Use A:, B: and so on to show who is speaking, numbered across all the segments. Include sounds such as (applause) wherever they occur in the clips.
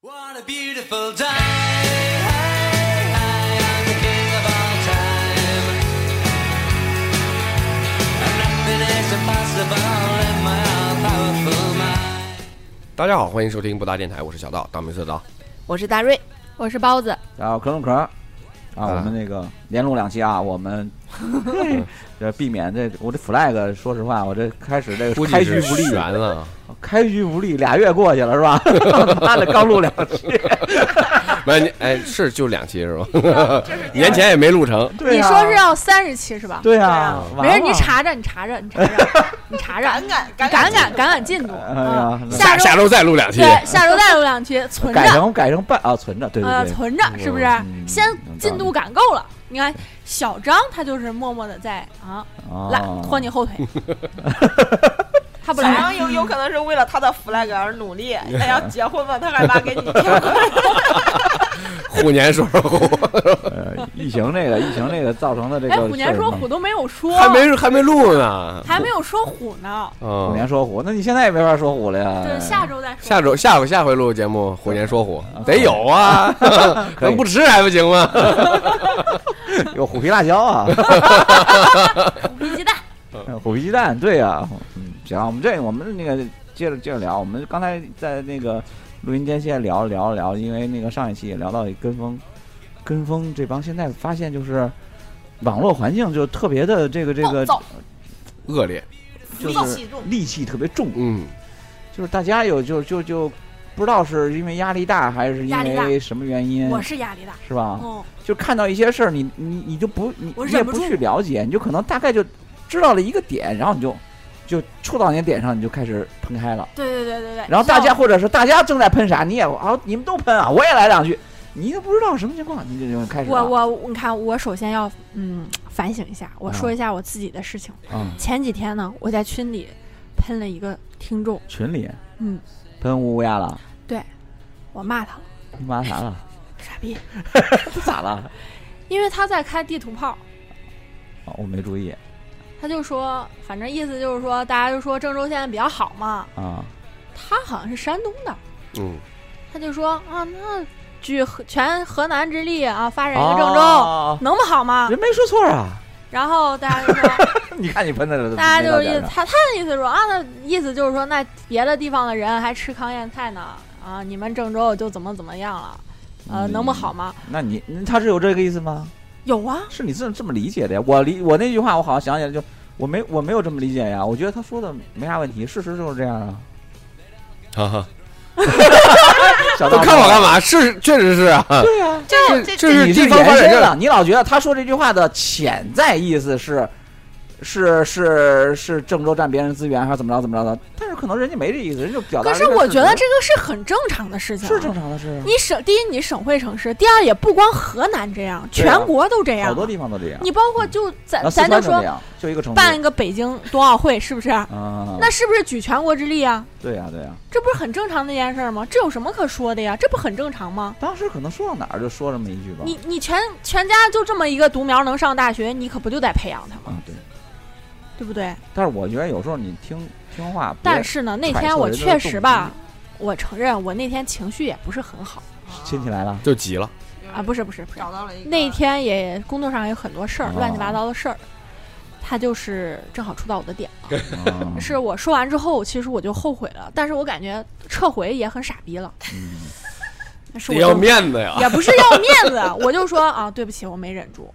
A: What a beautiful day. I'm the king of all time. And nothing is impossible in my all powerful mind.
B: 大家好，欢迎收听不搭电台，我是小道，道明寺道。
C: 我是大瑞，
D: 我是包子，
E: 然后可口可啊，我们那个连录两期啊，我
B: (laughs)
E: 们这避免这我这 flag，说实话，我这开始这
B: 估
E: 个
B: 计
E: 开局
B: 是
E: 不利，
B: 悬了，
E: 开局不利，俩月过去了
B: (laughs)
E: 是吧？妈的，刚录两
D: (laughs)
E: 期，
B: 不是你哎，是就两期是
E: (laughs)
B: 吧？
E: 哦
B: (laughs) 年前也没录成，
E: 对
D: 你
E: 呀
D: 说是要三十期是吧？
E: 对啊，
D: 没事，
E: 完了
D: 你。查查，你查查，你查查，
E: (laughs)
D: 你查查，赶赶赶赶赶赶进度。
E: 哎呀
D: 嗯，
B: 下
D: 周
B: 下周再录两期。
D: 对下周再有两期，存
E: 改
D: 着，
E: 成改成半啊，存着，对对
D: 呃，
E: 对，
D: 存着，是不是？
E: 嗯
D: 先
E: 嗯
D: 进度赶够了，你看小张他就是默默的在啊拉
E: 啊，
D: 拖你后
E: (laughs)
D: 腿，他不
F: 小
D: 来，
F: 张有有可能是为了他的 flag 而努
E: (laughs)
F: 力，他要结婚嘛，他害怕给你结婚。
B: (laughs) 虎年说说虎，
E: 呃，疫情这
D: (laughs)
E: 个疫情这个造成的这个
D: 哎，
E: 事儿嘛，
D: 虎年说虎都没有说，
B: 还没还没录呢。
D: 还没有说虎呢，
E: 虎年
B: 嗯，
E: 说虎，那你现在也没法说虎了呀，
D: 就是下周再
E: 哎
D: 说。
B: 下周下回下回录节目，虎年说虎得有啊，
E: 哦 (laughs) 可以
B: 能不吃还不行吗？ (laughs)
E: 有虎皮辣椒啊。
D: 虎皮鸡蛋，
E: 嗯虎皮鸡蛋，对呀、嗯，行，我们这我们那个接着接着聊，我们刚才在那个录音间先聊聊聊，因为那个上一期也聊到跟风，跟风这帮现在发现就是网络环境就特别的这个这
D: 暴
E: 个
D: 躁
B: 恶劣，
E: 就
F: 戾
E: 是
F: 气重
E: 戾气特别重，
B: 嗯，
E: 就是大家有就就就不知道是因为压力大还是因
D: 压力大
E: 为什么原因，
D: 我是压力大，
E: 是吧？
D: 嗯，
E: 就看到一些事儿，你你你就不你
D: 我
E: 你
D: 忍
E: 也
D: 不
E: 不
D: 住
E: 去了解，你就可能大概就知道了一个点，然后你就就触到那点上，你就开始喷开了。
D: 对对对对对。
E: 然后大
D: 像
E: 家或者是大家正在喷啥，你也啊，你们都喷啊，我也来两句，你都不知道什么情况，你就就开始
D: 我
E: 了
D: 我你看，我首先要嗯反省一下，我
E: 啊
D: 说一下我自己的事情。
E: 嗯
D: 前几天呢，我在群里喷了一个听众，
E: 群里
D: 嗯，
E: 喷乌鸦了，
D: 我骂他了，
E: 你妈啥了？
D: 傻逼，
E: 这咋了？
D: 因为他在开地图炮，
E: 哦我没注意
D: 他就说，反正意思就是说，大家就说郑州现在比较好嘛，
E: 啊，
D: 他好像是山东的，
B: 嗯，
D: 他就说啊，那举河全河南之力啊，发展一个郑州，
E: 哦
D: 能不好吗？
E: 人没说错啊， (laughs)
D: 然后大家就说。
E: 你看你喷的，
D: 大家就是意
E: 没到
D: 思
E: 点，
D: 他
E: 上
D: 他的意思说啊，那意思就是说，那别的地方的人还吃糠咽菜呢啊，你们郑州就怎么怎么样了，呃，
E: 嗯
D: 能不好吗？
E: 那你他是有这个意思吗？
D: 有啊，
E: 是你这么这么理解的呀？我理我那句话，我好像想起来就，我没我没有这么理解呀。我觉得他说的没啥问题，事实就是这样啊。
B: 哈哈，(laughs)
E: 小
B: 都
E: 道
B: 看我干？嘛？是确实是啊，
E: 对呀、啊，
B: 这
F: 这
B: 这是
E: 你
B: 地
E: 是
B: 方发
E: 延
B: 展
E: 伸
B: 政
E: 了，你老觉得他说这句话的潜在意思是。是是是郑州占别人资源还是怎么着怎么着的？但是可能人家没这意思，人家就表
D: 可
E: 达了
D: 是
E: 个事实。
D: 我觉得这个是很正常的事情啊。
E: 是正常的事啊，
D: 你省第一，你省会城市；第二，也不光河南这样，
E: 对啊
D: 全国都这样
E: 好。多地方都这样。
D: 你包括就咱
E: 然后四
D: 咱就
E: 川啊就这
D: 说
E: 样，就一个城市。
D: 办一个北京冬奥会，是不是？
E: 啊，
D: 那是不是举全国之力啊？
E: 对呀、对呀、
D: 这不是很正常的一件事儿吗？这有什么可说的呀？这不很正常吗？
E: 当时可能说到哪儿就说这么一句吧。
D: 你你全全家就这么一个独苗能上大学，你可不就得培养他吗？
E: 啊对，
D: 对不对？
E: 但是我觉得有时候你听听话，别
D: 但是呢，那天我
E: 揣测人家的
D: 确实吧，我承认我那天情绪也不是很好
E: 亲戚来了。
B: 就急了，
D: 啊，不是不是不是，
F: 找到了一个
D: 那天也工作上有很多事儿，
E: 哦
D: 乱七八糟的事儿，他就是正好触到我的点了。
E: 嗯
D: (laughs) (laughs) 是我说完之后，其实我就后悔了，但是我感觉撤回也很傻逼了，
E: 嗯
D: 但是
B: 得
D: 我
B: 要
D: 就
B: 面子
D: (laughs)
B: 呀。
D: 也不是要面子，我就说啊，对不起，我没忍住。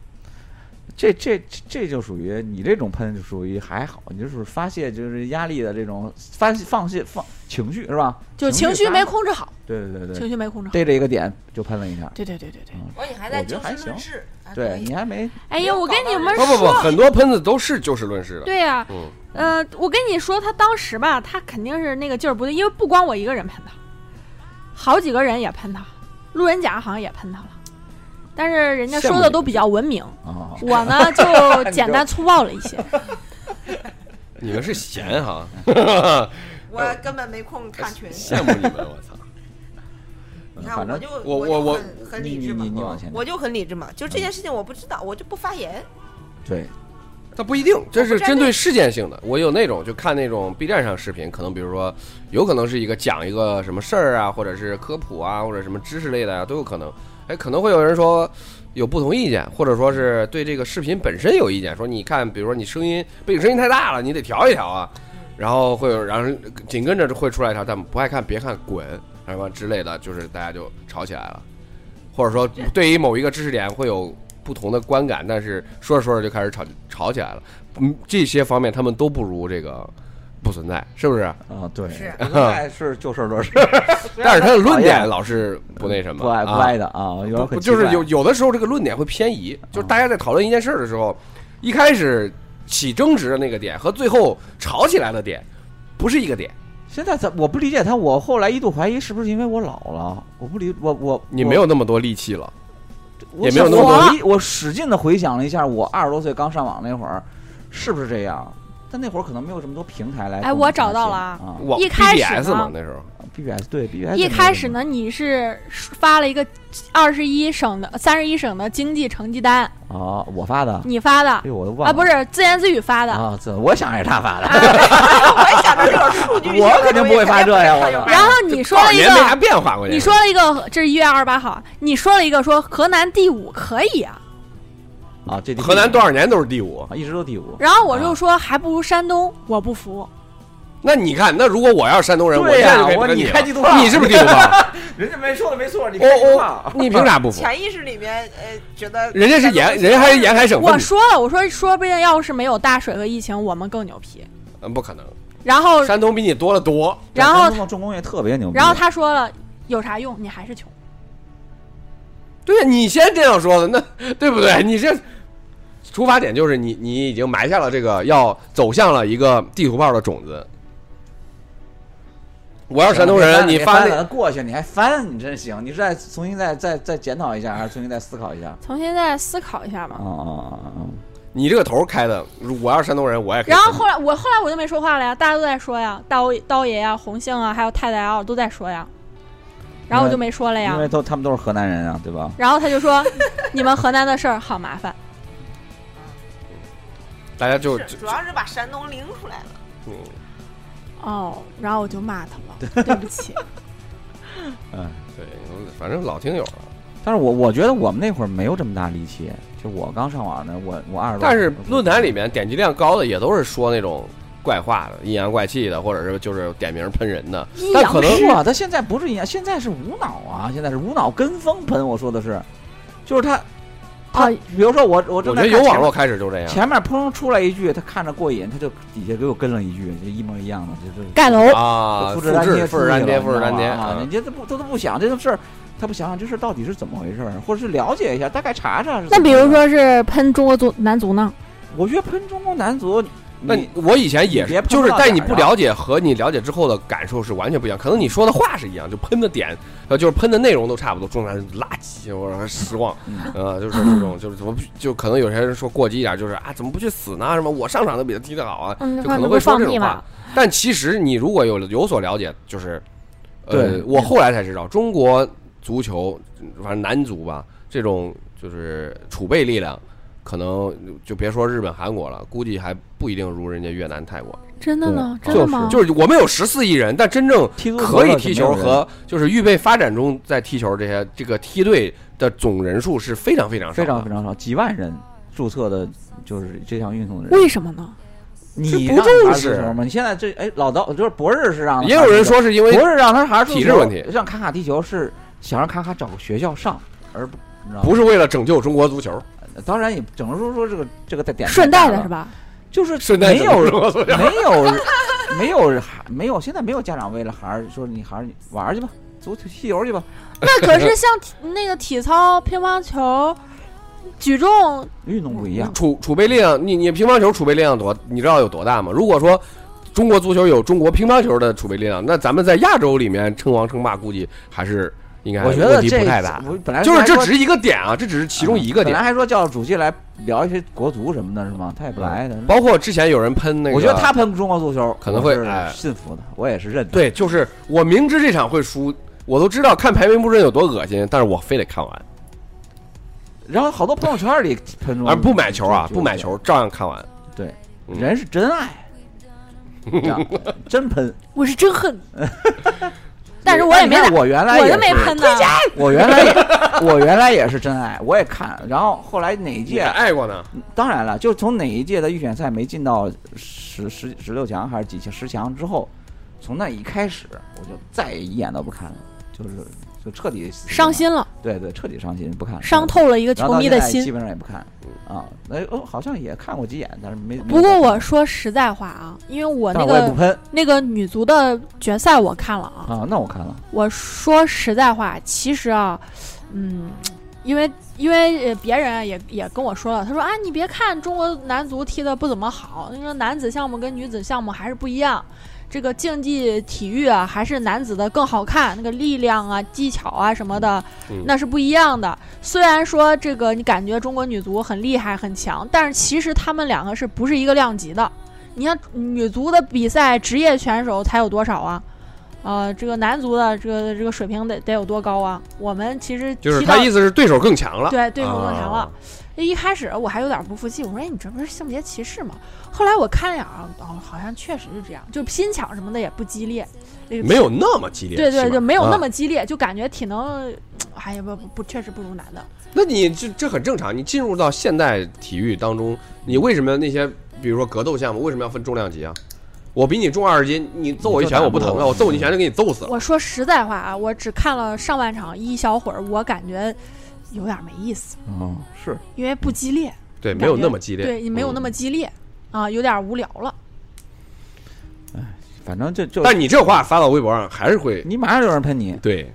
E: 这这这就属于你这种喷，就属于还好，你就是发泄就是压力的这种发泄放泄放情绪是吧？
D: 就情绪
E: 绪
D: 没
E: 发，
D: 控制好，
E: 对对对
D: 情
E: 对，
D: 绪没啊控制好。
E: 逮着一个点就喷了一下。
D: 对对对对对。
F: 我你还
E: 我
F: 在
E: 觉
F: 就
E: 得还
F: 事
E: 行
F: 论事，还可
E: 对
F: 以
E: 你还没
D: 哎呀，我跟你们
B: 不
D: 说，
B: 不不，很多喷子都是就事论事的。
D: 对呀、
B: 嗯，
D: 呃，我跟你说，他当时吧，他肯定是那个劲儿不对，因为不光我一个人喷他，好几个人也喷他，路人甲好像也喷他了，但是人家说的都比较文明，
E: 啊，
D: 我
E: (laughs)
D: 呢就简单粗暴了一些。
B: 你们是闲哈，
E: 呃
F: 我根本没空看群。
B: 羡慕你们，我 (laughs) 操。
F: 你看，
E: 反
F: 我
E: 正
F: 就
B: 我
F: 就
B: 我
F: 很很
E: 你
F: 理
E: 你
F: 智
E: 你你
F: 嘛，
E: 往前，
F: 我就很理智嘛。就这件事情我不知道，我就不发言。
E: 对，
B: 它不一定，这是
F: 不站
B: 针对
F: 队
B: 事件性的。我有那种就看那种 B 站上视频，可能比如说，有可能是一个讲一个什么事儿啊，或者是科普啊，或者什么知识类的啊，都有可能。哎，可能会有人说有不同意见，或者说是对这个视频本身有意见，说你看，比如说你声音背景声音太大了，你得调一调啊。然后会有，然后紧跟着会出来一条弹幕，不爱看别看，滚什么之类的，就是大家就吵起来了，或者说对于某一个知识点会有不同的观感，但是说着说着就开始吵吵起来了。嗯，这些方面他们都不如这个不存在，是不是？
E: 啊，对，
C: 是
E: (laughs) 不爱是就事论事，
B: 但是他的论点老是不那什么，
E: 不爱不
B: 啊
E: 爱的啊，有点
B: 不
E: 很
B: 就是有
E: 奇
B: 有的时候这个论点会偏移，就是大家在讨论一件事儿的时候，一开始起争执的那个点和最后吵起来的点不是一个点。
E: 怪现在咱我不理解他，我后来一度怀疑是不是因为我老了，我不理我我
B: 你
E: 我
B: 没有那么多力气了，
E: 我
B: 也没有那么
E: 我
B: 多
E: 回我使劲的回想了一下，我二十多岁刚上网那会儿，是不是这样？但那会儿可能没有这么多平台来。
D: 哎我找到了啊
E: 啊
B: 网
D: 一开始
B: BBS
D: 呢
B: 嘛那时候，
E: ，BBS 对 BBS
D: 一开始呢，你是发了一个二十一省的、三十一省的经济成绩单，
E: 没有啊，我发的，
D: 你发的
E: 哎呦我都忘了
D: 啊，不是啊自言自语发的。
E: 啊，这我想也是他发的，
F: 我也想着这种数据性的东西，
E: 啊我肯定不会发这呀
F: 肯定
E: 我
F: 不会发
D: 然后你说
B: 多少
D: 了一
B: 年
E: 啊
B: 没啥
D: 个，
B: 变化，关键
D: 你说了一个，这是一月二十八号，你说了一个说河南第五可以啊，
E: 啊，这
B: 河南多少年都是第五。
E: 啊一直都第五。
D: 然后我就说还不如山东，我不服。
B: 那你看，那如果我要是山东人，我
E: 对
B: 现
E: 呀
B: 在就可以
E: 我
B: 跟
E: 你
B: 了
E: 开地图炮
B: 你是不是第五炮？
E: 人家没说的没错，你
B: 我我
E: 哦啊
B: (laughs) 你凭啥不服？
F: 潜意识里面呃觉得
B: 人家是沿，人家还是沿海省份
D: 我，说了，我说说不定要是没有大水和疫情，我们更牛批。
B: 嗯，不可能，
D: 然后，
B: 山东比你多了多。
D: 然后，
E: 重工业特别牛逼，
D: 然后他说了，有啥用？你还是穷。
B: 对呀，你先这样说的，那对不对？你这出发点就是你，你已经埋下了这个要走向了一个地图炮的种子。我要是山东人，你
E: 别翻
B: 发那
E: 了别翻了过去，你还翻，你真行，你是再重新再再再检讨一下，还是重新再思考一下？
D: 重新再思考一下吧
E: 啊。啊啊啊！啊
B: 你这个头开的，我要是山东人，我也可以
D: 然后后来我后来我就没说话了呀，大家都在说呀，刀刀爷呀、红杏啊，还有太太啊都在说呀，然后我就没说了呀
E: 因。为都他们都是河南人啊，对吧？
D: 然后他就说， (laughs) 你们河南的事儿好麻烦。
B: 大家就是
F: 主要是把山东拎出来了。
B: 嗯
D: 哦，然后我就骂他了，对不起。
E: 嗯，
B: 对，反正老听友了。
E: 但是我我觉得我们那会儿没有这么大力气，就我刚上网呢，我我二十多
B: 但
E: 岁，
B: 是论坛里面点击量高的也都是说那种怪话的、阴阳怪气的，或者是就是点名喷人的。
D: 阴
B: 但可
D: 阳
B: 能
E: 是啊，他现在不是一样，现在是无脑啊，现在是无脑跟风喷，我说的是，就是他，
D: 啊
E: 他
D: 哦
E: 比如说我我
B: 我
E: 正
B: 觉
E: 在
B: 得
E: 看
B: 有
E: 前
B: 网
E: 面
B: 络开始就这样
E: 前面砰出来一句，他看着过瘾，他就底下给我跟了一句，就一模一样的，就就
D: 盖楼，
B: 啊，复
E: 复制粘贴
B: 制、复制粘贴、复制粘贴
E: 啊！你这都不都都不想这种事儿，他不想想这事儿到底是怎么回事儿，或者是了解一下，大概查查。
D: 那比如，说是喷中国足男足呢？
E: 我觉得喷中国男足，
B: 那
E: 你
B: 我以前也
E: 你别
B: 是，
E: 碰
B: 就是
E: 到
B: 在
E: 点
B: 你
E: 儿啊
B: 不
E: 上
B: 了解和你了解之后的感受是完全不一样。可能你说的话是一样，就喷的点，呃，就是喷的内容都差不多，中产垃圾或者失望，
E: 嗯
B: 呃，就是这种，就是怎么不就可能有些人说过激一点，就是啊，怎么不去死呢？什么我上场都比他踢得好啊，
D: 嗯
B: 就
D: 那
B: 可能
D: 不
B: 会
D: 是
B: 说
D: 放
B: 这
D: 屁
B: 种
D: 吗
B: 话。但其实你如果有有所了解，就是，呃
E: 对，
B: 我后来才知道，中国足球，反正男足吧，这种就是储备力量。可能就别说日本、韩国了，估计还不一定如人家越南、泰国。
D: 真的呢？
E: 对
D: 真的吗？
B: 就是我们有十四亿人，但真正
E: 踢足球
B: 可以
E: 的
B: 踢
E: 是没有
B: 球
E: 人
B: 和就是预备发展中在踢球这些这个梯队的总人数是非常非常少的，
E: 非常非常少，几万人注册的，就是这项运动的人。
D: 为什么呢？
E: 你
B: 不
E: 让他
B: 重
E: 足
B: 视
E: 球吗？你现在这哎，老道就是博士是让他
B: 也
E: 踢
B: 有人
E: 球
B: 说是因为
E: 博士让他孩儿足
B: 体制
E: 球
B: 问题
E: 让卡卡踢球是想让卡卡找个学校上，而不你知道吗
B: 不是为了拯救中国足球，
E: 当然也整个说说这个这个点
D: 顺带的
E: 吧？
D: 是吧？
E: 就是
B: 顺带
E: 没
B: 拯
E: 有
B: 救中国足球。
E: 没有没有孩没有，现在没有家长为了孩儿说你孩儿你玩儿去吧，足球踢球去吧。
D: (laughs) 那可是像体那个体操、乒乓球、举重，
E: 运动不一样，
B: 储储备力量，你你乒乓球储备力量多，你知道有多大吗？如果说中国足球有中国乒乓球的储备力量，那咱们在亚洲里面称王称霸，估计还是应该
E: 我觉
B: 嗯问
E: 得
B: 题
E: 这
B: 不太大。
E: 我本来
B: 就是
E: 说嗯
B: 这只是一个点啊，这只是其中一个
E: 本来
B: 点。
E: 还说叫主席来聊一些国足什么的，是吗？他也不来的。
B: 包括之前有人喷那个，
E: 我觉得他喷中国足球
B: 嗯可能会
E: 我
B: 哎
E: 是信服的，我也是认的。
B: 对，就是我明知这场会输，我都知道看排名布阵有多恶心，但是我非得看完，
E: 然后好多朋友圈里喷中国
B: 而
E: 足球，
B: 不买球啊，
E: 就
B: 不买，球照样看完。
E: 就对，
B: 嗯
E: 人是真爱，这样真喷。哎
D: 我是真
E: (laughs)
D: 恨， (laughs) 但是我也没
E: 你
D: 打
E: 看，我原来
D: 我
E: 也
D: 都没
E: 是
D: 喷呢。
E: (laughs) 我原来也我原来也是真爱，我也看，然后后来哪一
B: 你
E: 届啊
B: 还？爱过呢？
E: 当然了，就是从哪一届的预选赛没进到十十十六强还是几强十强之后，从那一开始我就再也一眼都不看了，就是就彻底死心了
D: 伤，心了，
E: 对对，彻底伤心，不看了，
D: 伤透了一个
E: 嗯然
D: 球
E: 后到
D: 迷
E: 现
D: 的
E: 在基
D: 心。
E: 本上也不看啊。那哦，好像也看过几眼，但是没。没
D: 不过
E: 有
D: 我说实在话啊，因为我那
E: 但我也不
D: 个
E: 喷
D: 那个女足的决赛我看了啊，
E: 啊，那我看了，
D: 我说实在话，其实啊，嗯，因为因为呃别人啊也也跟我说了，他说啊，你别看中国男足踢的不怎么好，因为男子项目跟女子项目还是不一样。这个竞技体育啊，还是男子的更好看，那个力量啊、技巧啊什么的，
B: 嗯
D: 那是不一样的。虽然说这个你感觉中国女足很厉害、很强，但是其实他们两个是不是一个量级的？你看女足的比赛，职业选手才有多少啊？呃，这个男足的这个这个水平得得有多高啊？我们其实
B: 就是
D: 踢到
B: 他意思是对手更强了，
D: 对对手更强了
B: 啊。
D: 一开始我还有点不服气，我说：“哎，你这不是性别歧视吗？”后来我看了一眼啊，哦，好像确实是这样，就拼抢什么的也不激烈，那个
B: 没有那么激烈，
D: 对对
B: 起码
D: 对，没有那。
B: 啊
D: 么激烈，就感觉体能，哎呀不不不，确实不如男的。
B: 那你这这很正常，你进入到现代体育当中，你为什么那些比如说格斗项目为什么要分重量级啊？我比你重二十斤，你揍我一拳我不疼啊，我揍你一拳就给你揍死了。
D: 我说实在话啊，我只看了上半场一小会儿，我感觉有点没意思，
E: 嗯，是
D: 因为不激烈，
B: 对，
D: 感
B: 没
D: 觉
B: 有那么激烈，嗯
D: 对你没有那么激烈啊，有点无聊了。 (laughs)
E: 反正就就
B: 嗯。但你这话发到微博上还是会
E: 你马上就有人喷你，
B: 对，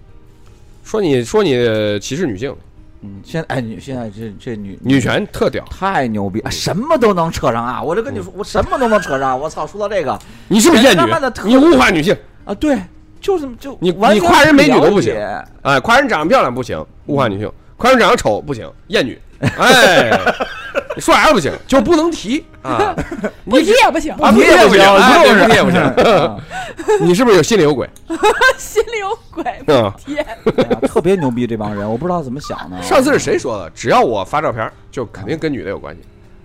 B: 说你说你歧视女性，
E: 嗯，现在哎，女现在这这女
B: 女权特屌，
E: 太牛逼，什么都能扯上啊！我就跟你说，
B: 嗯
E: 我什么都能扯上。我操，说到这个
B: 你是不是厌
E: 他
B: 女
E: 妈的？特
B: 你物化女性，
E: 啊，对，就是就
B: 你
E: 完全
B: 你夸人美女都不行
E: 了解
B: 哎，夸人长得漂亮不行，物化女性；夸人长得丑不行，厌女。哎，你说啥都不行，就不能提啊！
D: 不
B: 你
D: 踢
B: 只
D: 也不行，
B: 啊，不提也不行，哎
E: 就是
B: 对不提也不行。
E: 嗯
B: (laughs) 你是不是有心里有鬼？
D: 心里有鬼，
B: 嗯，
D: 天。
E: 哎呀特别牛逼这帮人，我不知道怎么想的。
B: 上次是谁说的？只要我发照片，就肯定跟女的有关系，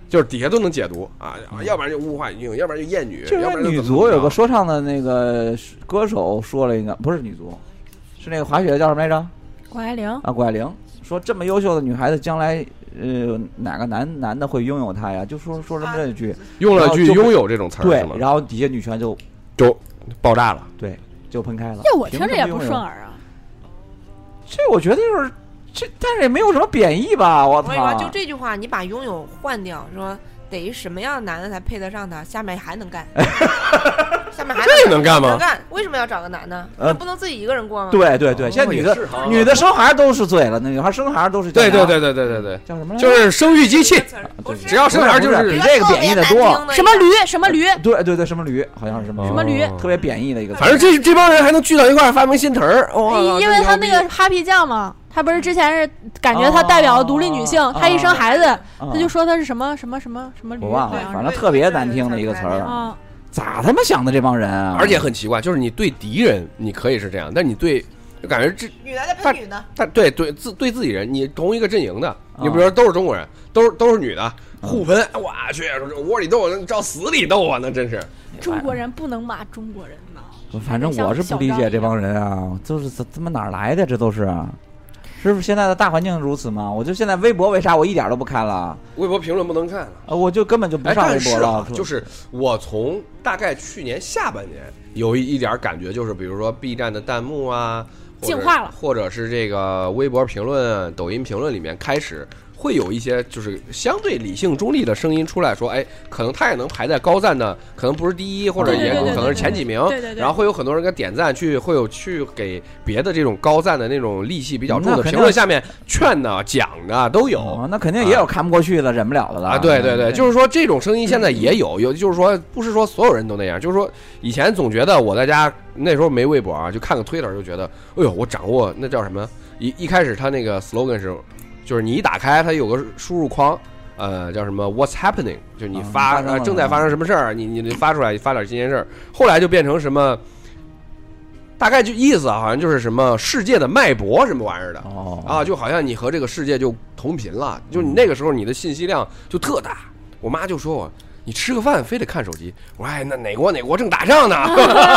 B: 就是底下都能解读啊，啊要不然就物化女性，要不然就厌女，
E: 就
B: 要不然
E: 是
B: 就
E: 女
B: 怎么
E: 足
B: 怎么
E: 有个
B: 着
E: 说唱的那个歌手说了一个，不是女足，是那个滑雪的叫什么来着？
D: 谷爱凌，
E: 啊，谷爱凌说这么优秀的女孩子，将来呃哪个男男的会拥有她呀？就说说什么这句，
B: 用了句“
E: 然后就
B: 拥有”这啊种词儿
E: 对
B: 是吗，？
E: 然后底下女权就
B: 就爆炸了。
E: 对就喷开了。
D: 这我听着也
E: 凭什么
D: 不
E: 拥有
D: 顺耳啊。
E: 这我觉得就是这，但是也没有什么贬义吧？我
F: 我跟你说，
E: 操！
F: 就这句话，你把拥有换掉，说得一什么样的男的才配得上他？下面还
E: (laughs)
F: 能干，下面还
B: 这能干吗
F: 能？干，为什么要找个男的？
E: 呃
F: 那不能自己一个人
D: 嗯
F: 过吗？，
E: 对对对，
B: 哦
E: 现在女
B: 也是
E: 的
B: 哈
E: 女的生孩子都是罪了，那女孩生孩子都是
B: 对
E: 罪
B: 对
E: 了
B: 对对对对对，
E: 叫什么来着？
B: 就是生育机器，
E: 啊
F: 不是
B: 只要生孩儿就
E: 不
B: 是
E: 比这个贬义的多。
D: 什么驴，什么驴，
E: 对对对，什么驴好像是什么
B: 什
D: 么驴
E: 特别贬义的一个词。
B: 反正这这帮人还能聚到一块儿发明新词儿，哇！
D: 哎因为他那个 Happy 酱嘛，他不是之前是感觉他代表独立女性，
E: 哦
D: 他一生孩子，
E: 嗯
D: 他就说他是什么什么什么什么驴，
E: 我忘
D: 好
E: 了，
D: 像
E: 反
D: 是
E: 正特别难听的一个词
F: 对对对
E: 儿，
D: 啊，
E: 咋他妈想的这帮人啊？
B: 而且很奇怪，就是你对敌人你可以是这样，但你对就感觉这
F: 女的在
B: 他
F: 喷女的，
B: 但对对自对自己人，你同一个阵营的，你比如说都是中国人，都是都是女的，互喷，我去，说这窝里斗，那照死里斗啊，那真是
D: 中国人不能骂中国人呐。
E: 反正我是不理解这帮人啊，就是怎他妈哪儿来的？这都是，是不是现在的大环境如此吗？我就现在微博为啥我一点都不看了？
B: 微博评论不能看了。
E: 呃我就根本就不
B: 哎，
E: 上微
B: 但是
E: 博了
B: 啊，，就是我从大概去年下半年有一一点感觉，就是比如说 B 站的弹幕啊，或者
D: 进化了
B: 或者是这个微博评论、啊抖音评论里面开始会有一些就是相对理性中立的声音出来说，哎，可能他也能排在高赞的，可能不是第一，或者
D: 对对
B: 也
D: 对对
B: 可能是前几名
D: 对对，对
B: 然后会有很多人给点赞去，会有去给别的这种高赞的那种戾气比较重
E: 那
B: 的
E: 肯定
B: 评论下面劝呐、讲啊都有。
E: 哦，那肯定也有看不过去的、忍不了的了
B: 啊，对对对，就是是说这种声音现在
E: 嗯
B: 也有，有就是说不是说所有人都那样，就是说以前总觉得我在家那时候没微博啊，就看个推特就觉得，哎呦，我掌握那叫什么？一一开始他那个 slogan 是，就是你一打开它有个输入框。呃，叫什么？What's happening？就你
E: 啊
B: 发、
E: 发生了
B: 呃正在发生什么事儿，你你你发出来发点新鲜事儿。后来就变成什么，大概就意思好像就是什么世界的脉搏什么玩意儿的。
E: 哦
B: 啊，就好像你
D: 嗯
B: 和这个世界就同频了，就你那个时候你的信息量就特大。我妈就说我，你吃个饭非得看手机。”我说：“哎，那哪国哪国正打仗呢？”
D: (laughs) (laughs)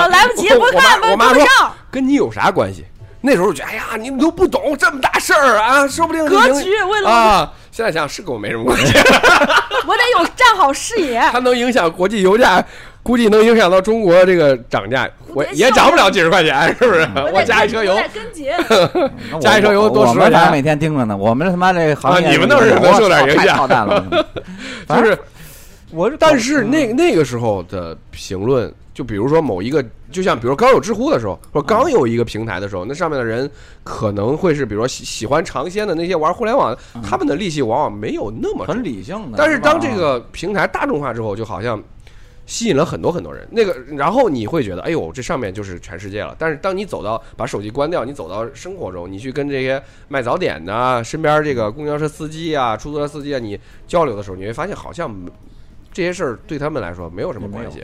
D: 来不
E: (laughs)
D: 及，不看，
B: 我
D: 不
B: 妈
D: 不
B: 说
D: 上，
B: 跟你有啥关系？那时候我觉得，哎呀，你们都不懂这么大事儿啊，说不定
D: 格
B: 已经
D: 局为了
B: 啊。现在想想是跟我没什么关系， (laughs)
D: 我得有站好视
E: (laughs)
D: 野。
B: 它能影响国际油价，估计能影响到中国这个涨价，我
D: 得
B: 也
D: 笑
B: 涨不了几十块钱，是不是？
D: 我
B: 我
D: 得
B: 加一车油
D: 我得跟节，
E: 那我
B: 加一车油
E: 我
B: 多
E: 我
B: 十
E: 们
B: 块钱
E: 反正每天盯着呢。我们这他妈这行业，
B: 啊你们倒是能受点影响
E: 太操蛋了。 (laughs)
B: 就
E: 反正
B: 是。
E: 我是，嗯
B: 但是那那个时候的评论，就比如说某一个，就像比如说刚有知乎的时候，或者刚有一个平台的时候，那上面的人可能会是，比如说喜喜欢尝鲜的那些玩互联网的，他们的戾气往往没有那么重
E: 很理性的。
B: 但是当这
E: 吧
B: 个平台大众化之后，就好像吸引了很多很多人。那个，然后你会觉得，哎呦，这上面就是全世界了。但是当你走到把手机关掉，你走到生活中，你去跟这些卖早点的啊、身边这个公交车司机啊、出租车司机啊，你交流的时候，你会发现好像没这些事儿对他们来说没有什么
E: 也没
B: 关
E: 有
B: 系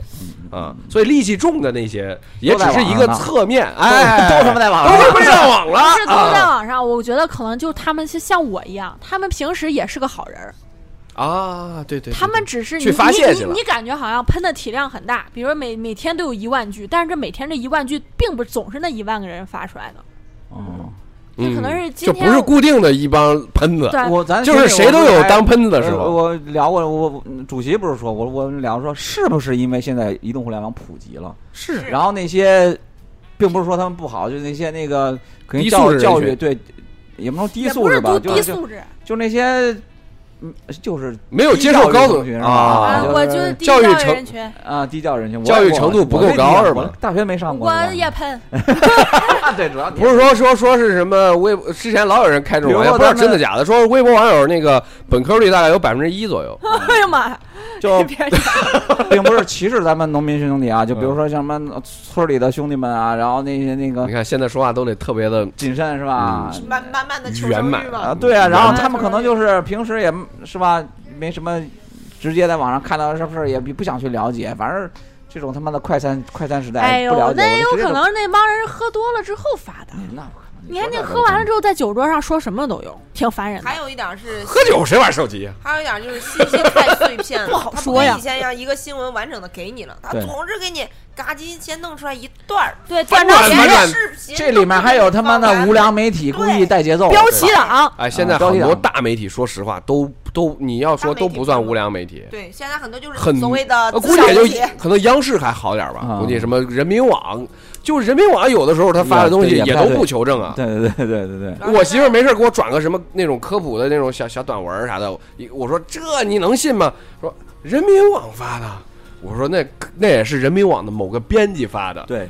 E: 嗯
B: 啊。所以戾气重的那些，也
E: 都
B: 只
E: 在
B: 是
E: 网
B: 一
E: 上
B: 个
E: 呢
B: 侧面，哎，
E: 都他妈在网上
B: 都他妈上网了，
D: 不是都在
B: 啊
D: 网上，我觉得可能就他们是像我一样，他们平时也是个好人儿，
B: 啊，对对，对
D: 他们
B: 对
D: 只是
B: 去发泄
D: 你
B: 去
D: 你
B: 了
D: 你你感觉好像喷的体量很大，比如说每每天都有一万句，但是这每天这一万句并不总是那一万个人发出来的，
E: 嗯，
D: 就可能
B: 嗯
D: 是今
B: 就不是
D: 天
B: 固定的一帮喷子，
D: 对
E: 我咱
B: 就是谁都有当
E: 时
B: 喷子的时候。
E: 呃我聊过，我我主席不是说，我我们聊说，是不是因为现在移动互联网普及了？
B: 是
E: 然后那些，并不是说他们不好，就是那些那个可能
B: 低素
E: 教
B: 质人
E: 教
B: 群
E: 育对，也不能说低
D: 也
E: 素
D: 不
E: 质
D: 是
E: 吧，
D: 都
E: 就
D: 低
E: 是就
D: 素质，
E: 就那些，嗯，就是
B: 没有哎接受高等
E: 低教育人群是吧
B: 啊
E: 啊
D: 啊
E: 就，
D: 我
E: 是
D: 就是低
B: 教育
D: 教育
B: 程
D: 人群，
E: 啊低教育人群，我
B: 教育
E: 我
B: 程度不
E: 我
B: 够
E: 这
B: 高
E: 低
B: 是
E: 我
B: 吧
E: 大学没上过
D: 我
E: 是吧，
D: 也喷，
E: 对，主要
B: 不是说说说是什么微博，之前老有人开这种玩笑，
E: 比如说
B: 不知道
E: 咱们
B: 真的假的，说微博网友那个本科率大概有百分之一左右。
D: 哎呀妈呀，
E: 就
D: (laughs) 别这样
E: (laughs) 并不是歧视咱们农民兄弟啊，就比如说像什么村里的兄弟们啊，然后那些那个
B: 你看现在说话都得特别的，
E: 谨慎是吧？
B: 嗯
F: 满满满的求
B: 圆
F: 生
B: 满
F: 欲
E: 啊，
F: 望。
E: 对啊，
B: 嗯
E: 然后他们可能就是平时也是吧，没什么直接在网上看到的事儿，也不想去了解，反正这种他妈的快餐快餐时
D: 哎
E: 代
D: 呦
E: 不了，解，
D: 那有
E: 我就直接
D: 可
E: 就
D: 能那帮人喝多了之后发的。
E: 嗯那不可能
D: 你看，你喝完了之后，在酒桌上说什么都有，挺烦人的
F: 还。有一点是
B: 喝酒谁玩手机啊呀？
F: 还有一点就是信息太碎
E: (laughs)
F: 片了，
D: 不好
F: 它
D: 说呀
F: 跟以前一样，一个新闻完整的给你了，他
E: 对
F: 总是给你嘎叽先弄出来一段儿，
D: 对，
B: 翻
D: 断
B: 转
D: 章
B: 翻
D: 取
F: 连
B: 转
D: 义，
F: 着视频
E: 这里面还有他妈的无良媒体故意带节奏，
D: 标题党。
B: 哎，现在
E: 啊高
B: 很
E: 级
B: 多
E: 党
B: 大媒体，说实话都都你要说
F: 大媒体
B: 都不算无良媒体，
F: 对，现在很多就是
B: 很
F: 所谓的
B: 呃
F: 自
B: 估计
F: 媒
B: 也就
F: 体，
B: 可能央视还好点吧，
E: 啊
B: 估计什么人民网，就是人民网有的时候他发的东西
E: 也
B: 也
E: 也不
B: 都
E: 太对
B: 不求证啊。
E: 对对对对对对，
F: 然后
B: 我媳妇儿没事儿给我转个什么那种科普的那种小小短文儿啥的，我我说这你能信吗？说人民网发的，我说那那也是人民网的某个编辑发的，
E: 对，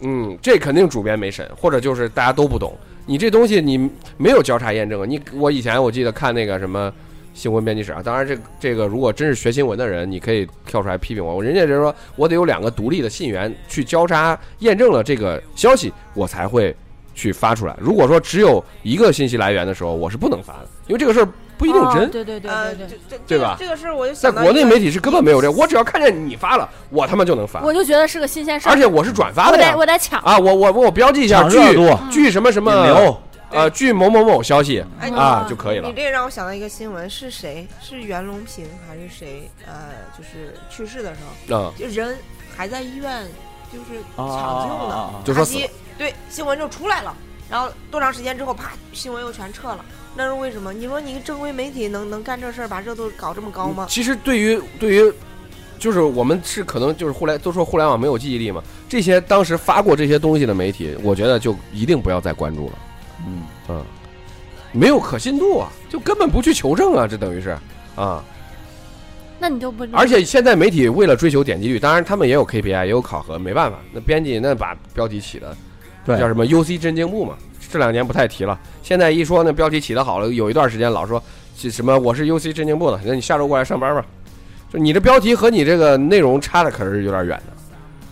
B: 嗯，这肯定主编没审，或者就是大家都不懂，你这东西你没有交叉验证啊。你我以前我记得看那个什么新闻编辑室啊，当然这这个如果真是学新闻的人，你可以跳出来批评我，人家就是说我得有两个独立的信源去交叉验证了这个消息，我才会去发出来。如果说只有一个信息来源的时候，我是不能发的，因为这个事儿不一定真。
D: 哦对对对
F: 呃，
D: 对
F: 这
D: 对。
F: 这
B: 对
F: 这
B: 吧
F: 个这个事儿我就
B: 在
F: 想到
B: 国内
F: 一个
B: 媒体是根本没有这，我只要看见你发了，我他妈就能发，
D: 我就觉得是个新鲜事
B: 而
D: 儿，
B: 且我是转发
D: 我
B: 的呀
D: 得。我得抢。
B: 啊，我我我标记一下
E: 抢
B: 据
E: 热度
B: 据什么什么
E: 引流，
B: 呃，据某某某消息
F: 嗯哎
B: 啊
D: 嗯
B: 就可以了
F: 你。这让我想到一个新闻，是谁？是袁隆平还是谁？呃，就是去世的时候，
B: 嗯，
F: 就人还在医院，就是
E: 啊
F: 抢救呢。
E: 啊啊啊
B: 就
F: 啪
B: 说死
F: 叽，对，新闻就出来了。然后多长时间之后，啪，新闻又全撤了。那是为什么？你说你正规媒体能能干这事儿，把热度搞这么高吗？
B: 其实对于对于，就是我们是可能就是互联都说互联网没有记忆力嘛，这些当时发过这些东西的媒体，我觉得就一定不要再关注了，
E: 嗯，
B: 没有可信度啊，就根本不去求证啊，这等于是啊。
D: 那你就不，
B: 而且现在媒体为了追求点击率，当然他们也有 KPI，也有考核，没办法，那编辑那把标题起的
E: 对
B: 叫什么 UC 真经部嘛，这两年不太提了。现在一说那标题起的好了，有一段时间老说这什么我是 UC 真经部的，那你下周过来上班吧。就你的标题和你这个内容差的可是有点远的，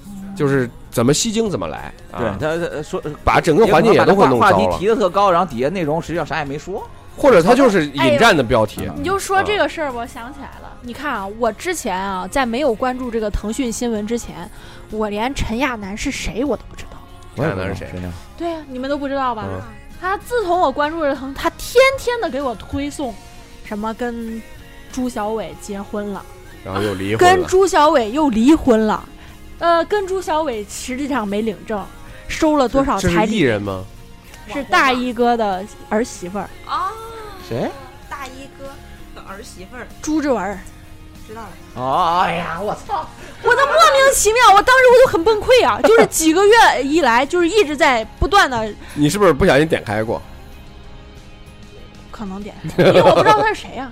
D: 嗯
B: 就是怎么吸睛怎么来
E: 对
B: 啊，
E: 他他说
B: 把整个环境也都会弄
E: 话
B: 糟啊
E: 题
B: 了，
E: 提的特高，然后底下内容实际上啥也没说，
B: 或者它就是引战的标题
E: 哎呦
D: 你就说这个事儿，我想起来了。你看啊，我之前啊，在没有关注这个腾讯新闻之前，我连陈亚楠是谁我都不知道。
B: 我也不知道是谁
E: 呀？
D: 对呀，你们都不知道吧？
B: 嗯
D: 他自从我关注了腾，他天天的给我推送什么跟朱小伟结婚了，
B: 然后又离婚
D: 跟
B: 了。
D: 朱小伟又离婚了，呃，跟朱小伟实际上没领证，收了多少
B: 这
D: 彩
B: 是艺
D: 礼？
B: 人吗？
D: 嗯是大衣哥的儿媳妇儿
F: 啊，
E: 谁？
F: 大衣哥的儿媳妇儿，
D: 朱之文儿，
F: 知道了。
E: 哦，哎呀，我
B: (laughs)
E: 操！
D: 我都莫名其妙，我当时我就很崩溃啊！就是几个月以来，就是一直在不断的
B: 你是不是不小心点开过？
D: 可能点，因为我不知道他是谁啊，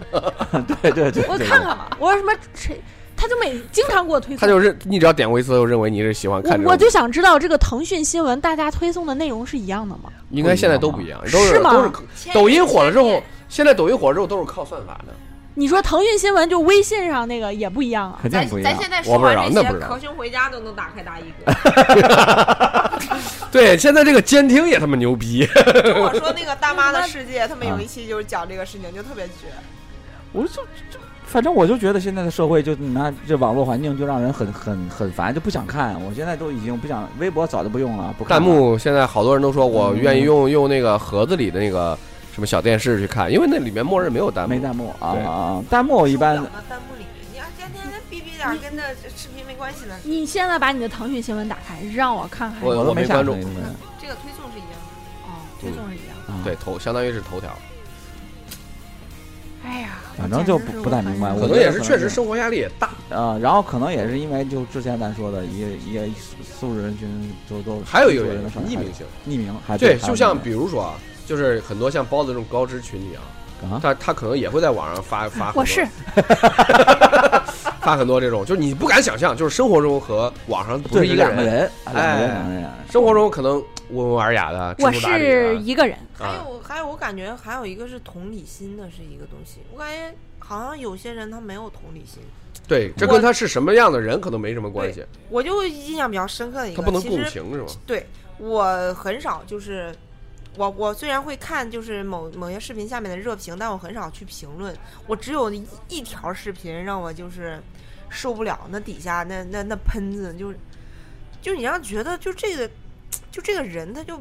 E: 对对对，
D: 我
E: 对
D: 看看吧，我说什么谁，他就每经常给我
B: (laughs)
D: 推
B: 他
D: 送，
B: 就是你只要点过一次，他就认为你是喜欢看这
D: 我
B: 种。
D: 我就想知道这个腾讯新闻大家推送的内容是一样的吗？
B: 应该现在都不一样，都
D: 是吗
B: 都是抖音火了之后，现在抖音火了之后都是靠算法的。
D: 你说腾讯新闻就微信上那个也不一样啊？
E: 肯定
F: 咱
E: 不一
F: 咱
E: 样。
F: 现在
B: 我
F: 说
B: 不知
F: 完
B: 道那
F: 这
B: 不
F: 些，
B: 知道
F: 可兄回家都能打开大衣
B: (laughs)
F: 哥。
B: 对，现在这个监听也他妈牛逼。
F: 跟我说那个大妈的世界，他们有一期就是讲这个事情，就特别绝。
E: 我就就反正我就觉得现在的社会就拿这网络环境就让人很很很烦，就不想看。我现在都已经不想微博早就不用了，不看
B: 弹
E: 了
B: 幕现在好多人都说我愿意用用那个盒子里的那个什么小电视去看，因为那里面默认没有弹幕。
E: 没弹幕啊
B: 对
E: 啊啊！弹幕一般
F: 受不了那弹幕里，你要天天逼逼点儿，跟那视频没关系呢。
D: 你现在把你的腾讯新闻打开，让我看看。
B: 我
E: 我都
B: 没
E: 没下
B: 关
E: 载
B: 注
E: 那个
F: 这个推送是一样的。
D: 哦，推送是一样的。
E: 啊
B: 对头，相当于是头条，
D: 哎呀，
E: 反正就
D: 我简直
E: 不
D: 是
E: 不太明白
D: 我
E: 我
B: 可能也是确实生活压力也大，
E: 啊，然后可能也是因为就之前咱说的，也也素质人群都都
B: 还有一个原因
E: 都
B: 是
E: 上
B: 匿名性。
E: 匿名还
B: 对，
E: 哎还有
B: 就像
E: 匿
B: 比如说啊，就是很多像包子这种高知群体啊，
E: 名啊
B: 他他可能也会在网上发发很多
D: 我是
B: 发很多这种，就是你不敢想象，就是生活中和网上不是
E: 对
B: 一
E: 两个
B: 人。
E: 人，啊两个人
B: 哎
E: 两个人，
B: 生活中可能温文尔雅的，知
D: 我
B: 书达理
D: 是
B: 的
D: 一个人，
F: 还
B: 啊，
F: 有还有，我感觉还有一个是同理心的是一个东西，我感觉好像有些人他没有同理心。
B: 对，这跟他是什么样的人可能没什么关系，
F: 我就印象比较深刻的一
B: 他
F: 个，
B: 不能
F: 其
B: 共
F: 实
B: 情是吗？
F: 对我很少就是。我我虽然会看就是某某些视频下面的热评，但我很少去评论。我只有一一条视频让我就是受不了，那底下那那那喷子就是，就你让觉得就这个就这个人他就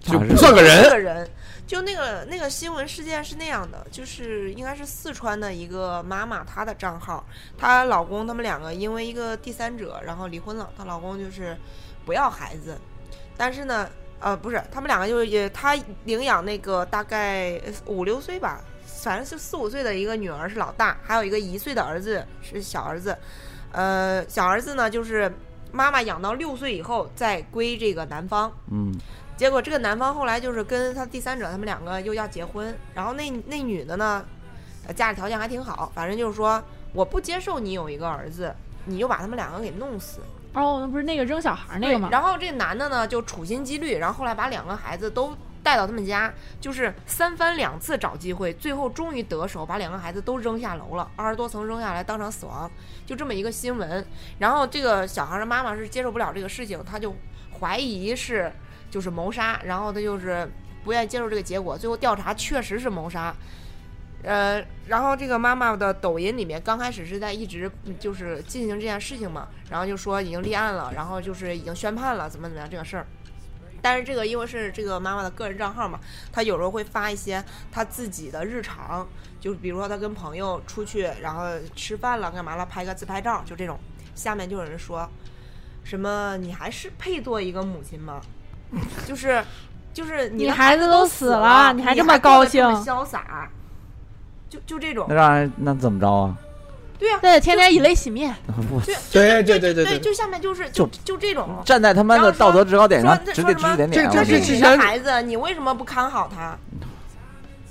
B: 就
E: 啊
B: 不算个
F: 这
B: 人，
F: 个人，就那个那个新闻事件是那样的，就是应该是四川的一个妈妈，她的账号，她老公他们两个因为一个第三者，然后离婚了。她老公就是不要孩子，但是呢，呃，不是，他们两个就是也她领养那个大概呃五六岁吧，反正就四五岁的一个女儿是老大，还有一个一岁的儿子是小儿子，呃，小儿子呢就是妈妈养到六岁以后再归这个男方。
E: 嗯
F: 结果这个男方后来就是跟他第三者他们两个又要结婚，然后那那女的呢，呃家里条件还挺好，反正就是说我不接受你有一个儿子，你就把他们两个给弄死。
D: 哦，那不是那个扔小孩那
F: 对
D: 个吗？
F: 然后这个男的呢就处心积虑，然后后来把两个孩子都带到他们家，就是三番两次找机会，最后终于得手，把两个孩子都扔下楼了，二十多层扔下来，当场死亡，就这么一个新闻。然后这个小孩的妈妈是接受不了这个事情，她就怀疑是就是谋杀，然后她就是不愿意接受这个结果，最后调查确实是谋杀。呃，然后这个妈妈的抖音里面刚开始是在一直嗯就是进行这件事情嘛，然后就说已经立案了，然后就是已经宣判了，怎么怎么样这个事儿。但是这个因为是这个妈妈的个人账号嘛，她有时候会发一些她自己的日常，就是比如说她跟朋友出去，然后吃饭了干嘛了，拍个自拍照，就这种。下面就有人说，什么你还是配做一个母亲吗？就是，就是你
D: 你
F: 的
D: 孩
F: 孩
D: 子
F: 子
D: 都
F: 都
D: 死了
F: 了，
D: 你
F: 你
D: 还这
F: 这
D: 么高
F: 过得这么
D: 兴
F: 潇洒，就就这种
E: 那，让人那怎么着啊？ (laughs)
F: 对呀、
D: 那得天天以泪洗面，
E: 不
B: 对对对
F: 对就下面就是就就这种。
E: 站在他妈的道德制高点上
F: 然后说
E: 指给指指点点，啊
B: 说
E: 我
B: 这
E: 觉
B: 这这
E: 得
F: 你
B: 之
F: 的
B: 前
F: 孩子，你为什么不看好他？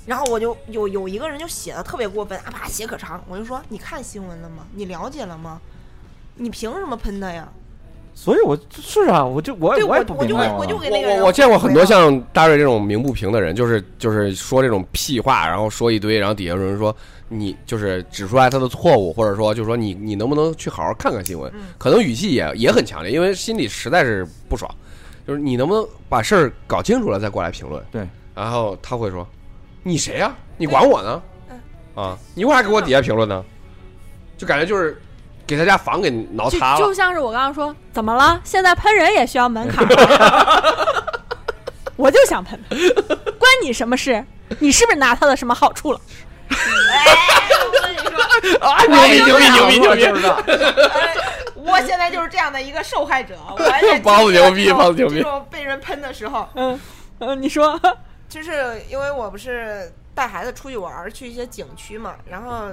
F: 然后我就有有一个人就写的特别过分，啊啪写可长，我就说你看新闻了吗？你了解了吗？你凭什么喷他呀？ (laughs)
E: 所以我是啊，我就我
F: 对
E: 也
F: 我
E: 也不
F: 我
E: 明
F: 就
E: 白啊
F: 会我就给
B: 我
F: 那个人
B: 我我见过
F: 回
B: 很多
F: 了
B: 像大瑞这种鸣不平的人，就是就是说这种屁话，然后说一堆，然后底下有人说你就是指出来他的错误，或者说就说你你能不能去好好看看新闻？
F: 嗯
B: 可能语气也也很强烈，因为心里实在是不爽，就是你能不能把事儿搞清楚了再过来评论？
E: 对，
B: 然后他会说你谁呀、你管我呢？啊，你为啥给我底下评论呢？就感觉就是给他家房给挠
D: 就
B: 塌了
D: 就。像是我刚刚说，怎么了？现在喷人也需要门槛， (laughs) 我就想喷他，关你什么事？你是不是拿他的什么好处了？
F: 哎我跟你说，
E: 啊，牛
B: 逼牛逼牛逼牛逼
E: 就是这样
F: 哎我现在就是这样的一个受害者，我还在
B: (laughs) 包子牛逼
F: 这种
B: 包子牛逼
F: 这种被人喷的时候，
D: 嗯嗯，你说，
F: 就是因为我不是带孩子出去玩儿，去一些景区嘛，然后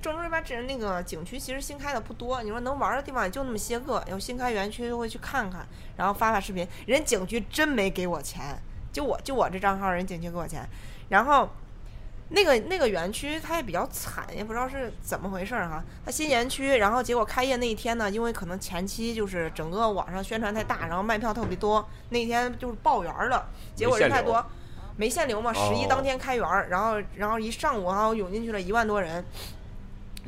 F: 郑州这边这那个景区其实新开的不多，你说能玩儿的地方也就那么些个，有新开园区会去看看，然后发发视频。人景区真没给我钱，就我就我这账号人景区给我钱，然后。那个那个园区它也比较惨，也不知道是怎么回事儿哈、它新园区，然后结果开业那一天呢，因为可能前期就是整个网上宣传太大，然后卖票特别多，那天就是爆园儿了，结果人太多，没限流嘛，十一
B: 哦
F: 当天开园儿，然后然后一上午然后涌进去了一万多人，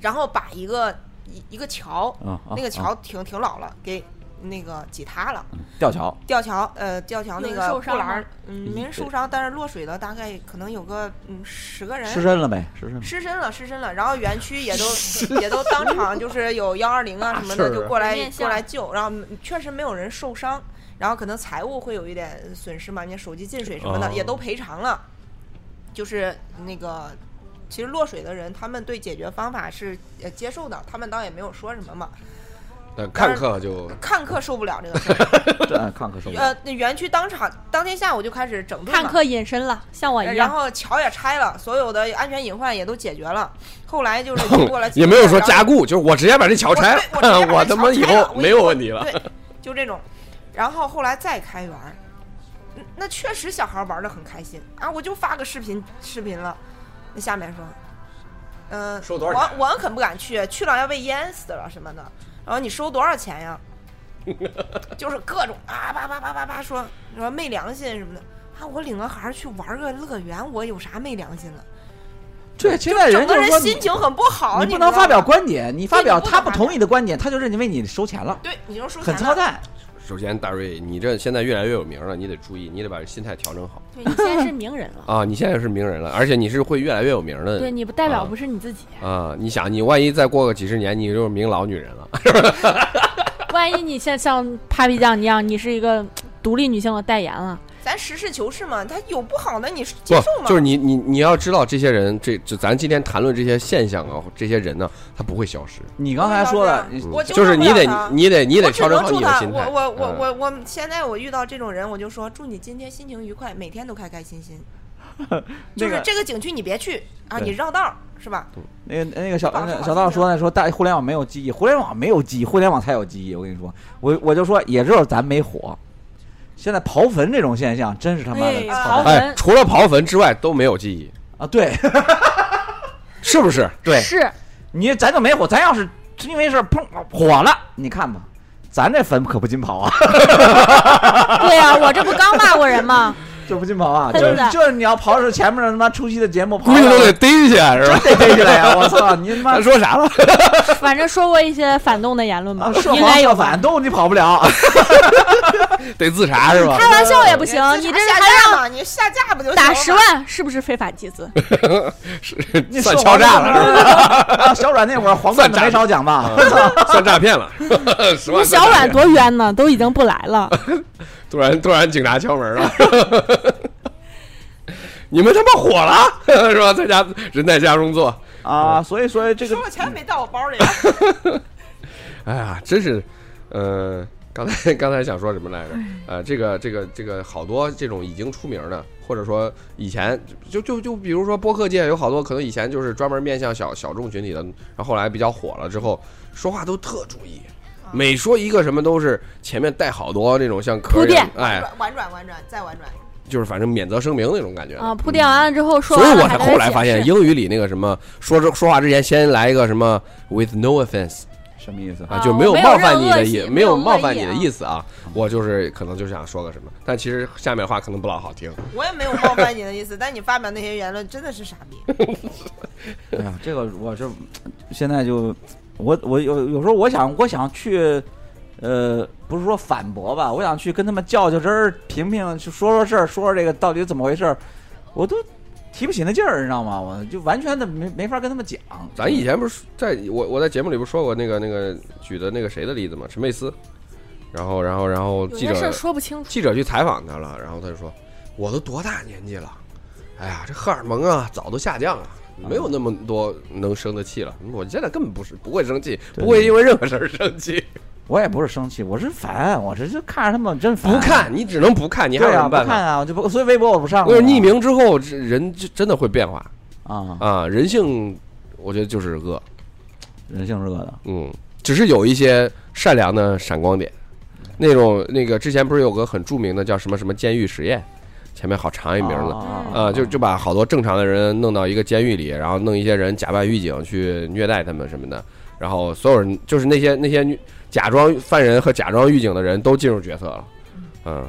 F: 然后把一个一一个桥，
E: 啊，啊
F: 那个
E: 啊
F: 桥挺挺老了，给那个挤塌了，
E: 吊桥，
F: 吊桥呃吊桥那
D: 有人
F: 个
D: 受
F: 护
D: 伤
F: 栏
D: 吗
F: 儿，嗯，没人受伤，但是落水的大概可能有个嗯十个人，
E: 失身了呗，失身了。
F: 失身了，失身了。然后园区也都也都当场就是有幺二零啊什么
B: 事儿
F: 的
B: 啊
F: 就过来
D: 面向
F: 过来救，然后嗯确实没有人受伤，然后可能财务会有一点损失嘛，你看手机进水什么的、
B: 哦
F: 也都赔偿了。就是那个，其实落水的人他们对解决方法是呃接受的，他们倒也没有说什么嘛。
B: 但看客就
F: 看客受不了这个事儿，
B: (laughs)
E: 这按看可受不了。
F: 呃，那园区当场当天下午就开始整顿嘛
D: 看客隐身了，像我一
F: 然
D: 样，
F: 后桥也拆了，所有的安全隐患也都解决了。后来就是
B: (laughs)
F: 经过了几
B: 也没有说
F: 天
B: 加固，就是我直接把这桥拆
F: 我
B: (laughs)
F: 对我
B: 了，
F: 直接把这桥
B: 哦我他妈以
F: 拆了
B: 后没有问题了。
F: 对，就这种。然后后来再开园儿，嗯那确实小孩玩的很开心啊！我就发个视频视频了，那下面说，嗯、
B: 收多少
F: 我
B: 钱
F: 我可不敢去，去了要被淹死了什么的。然后你收多少钱呀？就是各种啊叭叭叭叭叭说说没良心什么的啊！我领个孩儿去玩个乐园，我有啥没良心了？
E: 对，现在
F: 整
E: 人就
F: 个
E: 是
F: 人
E: 说
F: 心情很不好，
E: 你
F: 你
E: 不
F: 知道
E: 能发表
F: 吗
E: 观点，你发
F: 对你
E: 表
F: 不
E: 他
F: 能
E: 不
F: 发
E: 同
F: 表
E: 意的观点，他就认为你收钱了，
F: 对，你就说
E: (laughs) 很
F: 钱
E: 操
F: 了
E: 蛋。
B: 首先，大瑞，你这现在越来越有名了，你得注意，你得把心态调整好
D: 对你现在是名人
B: (laughs)
D: 了，
B: 啊！你现在是名人了，而且你是会越来越有名的。
D: 对你不代表
B: 啊
D: 不是你自己，
B: 啊！你想，你万一再过个几十年，你就是名老女人了。
D: 万一你像像 Papi 酱一样，你是一个独立女性的代言了，
F: 咱实事求是嘛，他有不好的你接
B: 不
F: 受嘛，
B: 就是你你你要知道，这些人，这这咱今天谈论这些现象啊，这些人呢，他不会消失。
E: 你刚才说的，
F: 嗯
E: 你
F: 我
B: 就是你
F: 纠正不了
B: 得
F: 他
B: 你得你
F: 我
B: 得
F: 只
B: 调整
F: 能
B: 好
F: 祝
B: 你的
F: 他，
B: 心态。
F: 我我我
B: 嗯
F: 我我现在我遇到这种人，我就说祝你今天心情愉快，每天都开开
B: (laughs)
F: 心心。就
E: 那
F: 是
E: 个
F: 这个景区你别去啊，
E: 对
F: 你绕道儿是吧？
E: 那个那个小
F: 绑
E: 那
F: 手
E: 个小道说呢，说大互联网没有记忆，互联网没有记忆，互联网才有记忆。我跟你说，我我就说，也只有咱没火。现在刨坟这种现象，真是他妈的
D: 哎
E: 操
D: 刨
E: 蛋
D: 坟
B: 哎，除了刨坟之外都没有记忆，
E: 啊！
B: (laughs)
E: 对
B: 是不是？
E: 对，
D: 是
E: 你咱就没火，咱要是因为事儿砰火了，你看吧，咱这坟可不禁刨啊， (laughs)
D: 对呀、我这不刚骂过人吗？
E: 就不禁刨啊，就
D: 真
E: 是
D: 的
E: 就是你要刨是前面的他妈初期的节目刨
B: 估计都得逮起来是吧？
E: 得逮起来呀！我操，你他妈
B: 他说啥了？
D: (laughs) 反正说过一些反动的言论吧
E: 啊，涉，
D: 应该
E: 黄
D: 有
E: 涉
D: 吧
E: 反？都你跑不了。
B: (laughs) 得自查是吧？
D: 开玩笑也不行，
F: 自
D: 你
F: 查
D: 这
F: 下
D: 还
F: 架
D: 让
F: 嘛？你下架不就行了
D: 打
F: 吗
D: 十？万，是不是非法
B: (laughs)
D: 集资？
E: 你
B: 算
E: 说
B: 敲诈
E: 我
B: 了是
E: (laughs) 那会儿啊小阮那会儿黄
B: 算
E: 段子没
B: 诈
E: 少讲 (laughs) 吧？
F: (laughs)
B: 吧？算诈骗了，十
D: 我
B: 万。
D: 小阮多冤呢，都已经不来了。
B: 突然突然警察敲门了， (laughs) 你们他妈火了 (laughs) 是吧？在家人在家中坐，
E: 啊，所以说这个
F: 收了钱没到我包里，
B: 哎呀，真是，呃，刚才 (laughs) 刚才想说什么来着？
D: 哎
B: 呃，这个这个这个，好多这种已经出名的，或者说以前就就就比如说播客界有好多可能以前就是专门面向小小众群体的，然后后来比较火了之后，说话都特注意。每说一个什么都是前面带好多那种像壳儿
D: 铺垫
B: 一样哎，
F: 转婉转婉转再婉转，
B: 就是反正免责声明那种感觉
D: 啊，铺垫完了之后说
B: 所以
D: 完了
B: 我才
D: 还在
B: 后
D: 这
B: 来
D: 解
B: 发现
D: 释
B: 英语里那个什么说这说话之前先来一个什么 with no offense
E: 什么意思？
B: 啊，
D: 啊
B: 就
D: 我
B: 没有
D: 没有
B: 冒
D: 任
B: 犯
D: 何
B: 你
D: 恶
B: 的
D: 意
B: 意，
D: 没
B: 没
D: 有
B: 有
D: 恶
B: 冒犯
D: 意
B: 你的
D: 啊
B: 意思啊，我就是可能就是想说个什么，但其实下面话可能不老好听。
F: 我也没有冒犯你的意思，但你发表那些言论真的是傻逼。
E: 哎呀，这个我是现在就我我有有时候我想我想去，呃，不是说反驳吧，我想去跟他们较较真儿，评评去说说事儿，说说这个到底怎么回事儿，我都提不起那劲儿，你知道吗？我就完全的没没法跟他们讲。
B: 咱以前不是在我我在节目里不是说过那个那个举的那个谁的例子吗？陈佩斯，然后然后然后
D: 有
B: 记
D: 些事
B: 者
D: 儿说不清楚，
B: 记者去采访他了，然后他就说：“我都多大年纪了，哎呀，这荷尔蒙啊早都下降了，没有那么多能生的气了。我现在根本不是不会生气，
E: 对
B: 不会因为任何事儿生气。
E: 我也不是生气，我是烦，我是就看着他们真烦。
B: 不看，你只能不看，你还有
E: 对
B: 什
E: 啊，
B: 么
E: 不
B: 办
E: 看
B: 法？
E: 啊，我就不，所以微博我不上了。
B: 我有匿名之后，这人就真的会变化
E: 啊，
B: 啊。人性，我觉得就是恶，
E: 人性是恶的，
B: 嗯，只是有一些善良的闪光点。那种那个之前不是有个很著名的叫什么什么监狱实验，前面好长一名字，
E: 哦
B: 啊，就就把好多正常的人弄到一个监狱里，然后弄一些人假扮狱警去虐待他们什么的，然后所有人就是那些那些女假装犯人和假装狱警的人都进入角色了。嗯，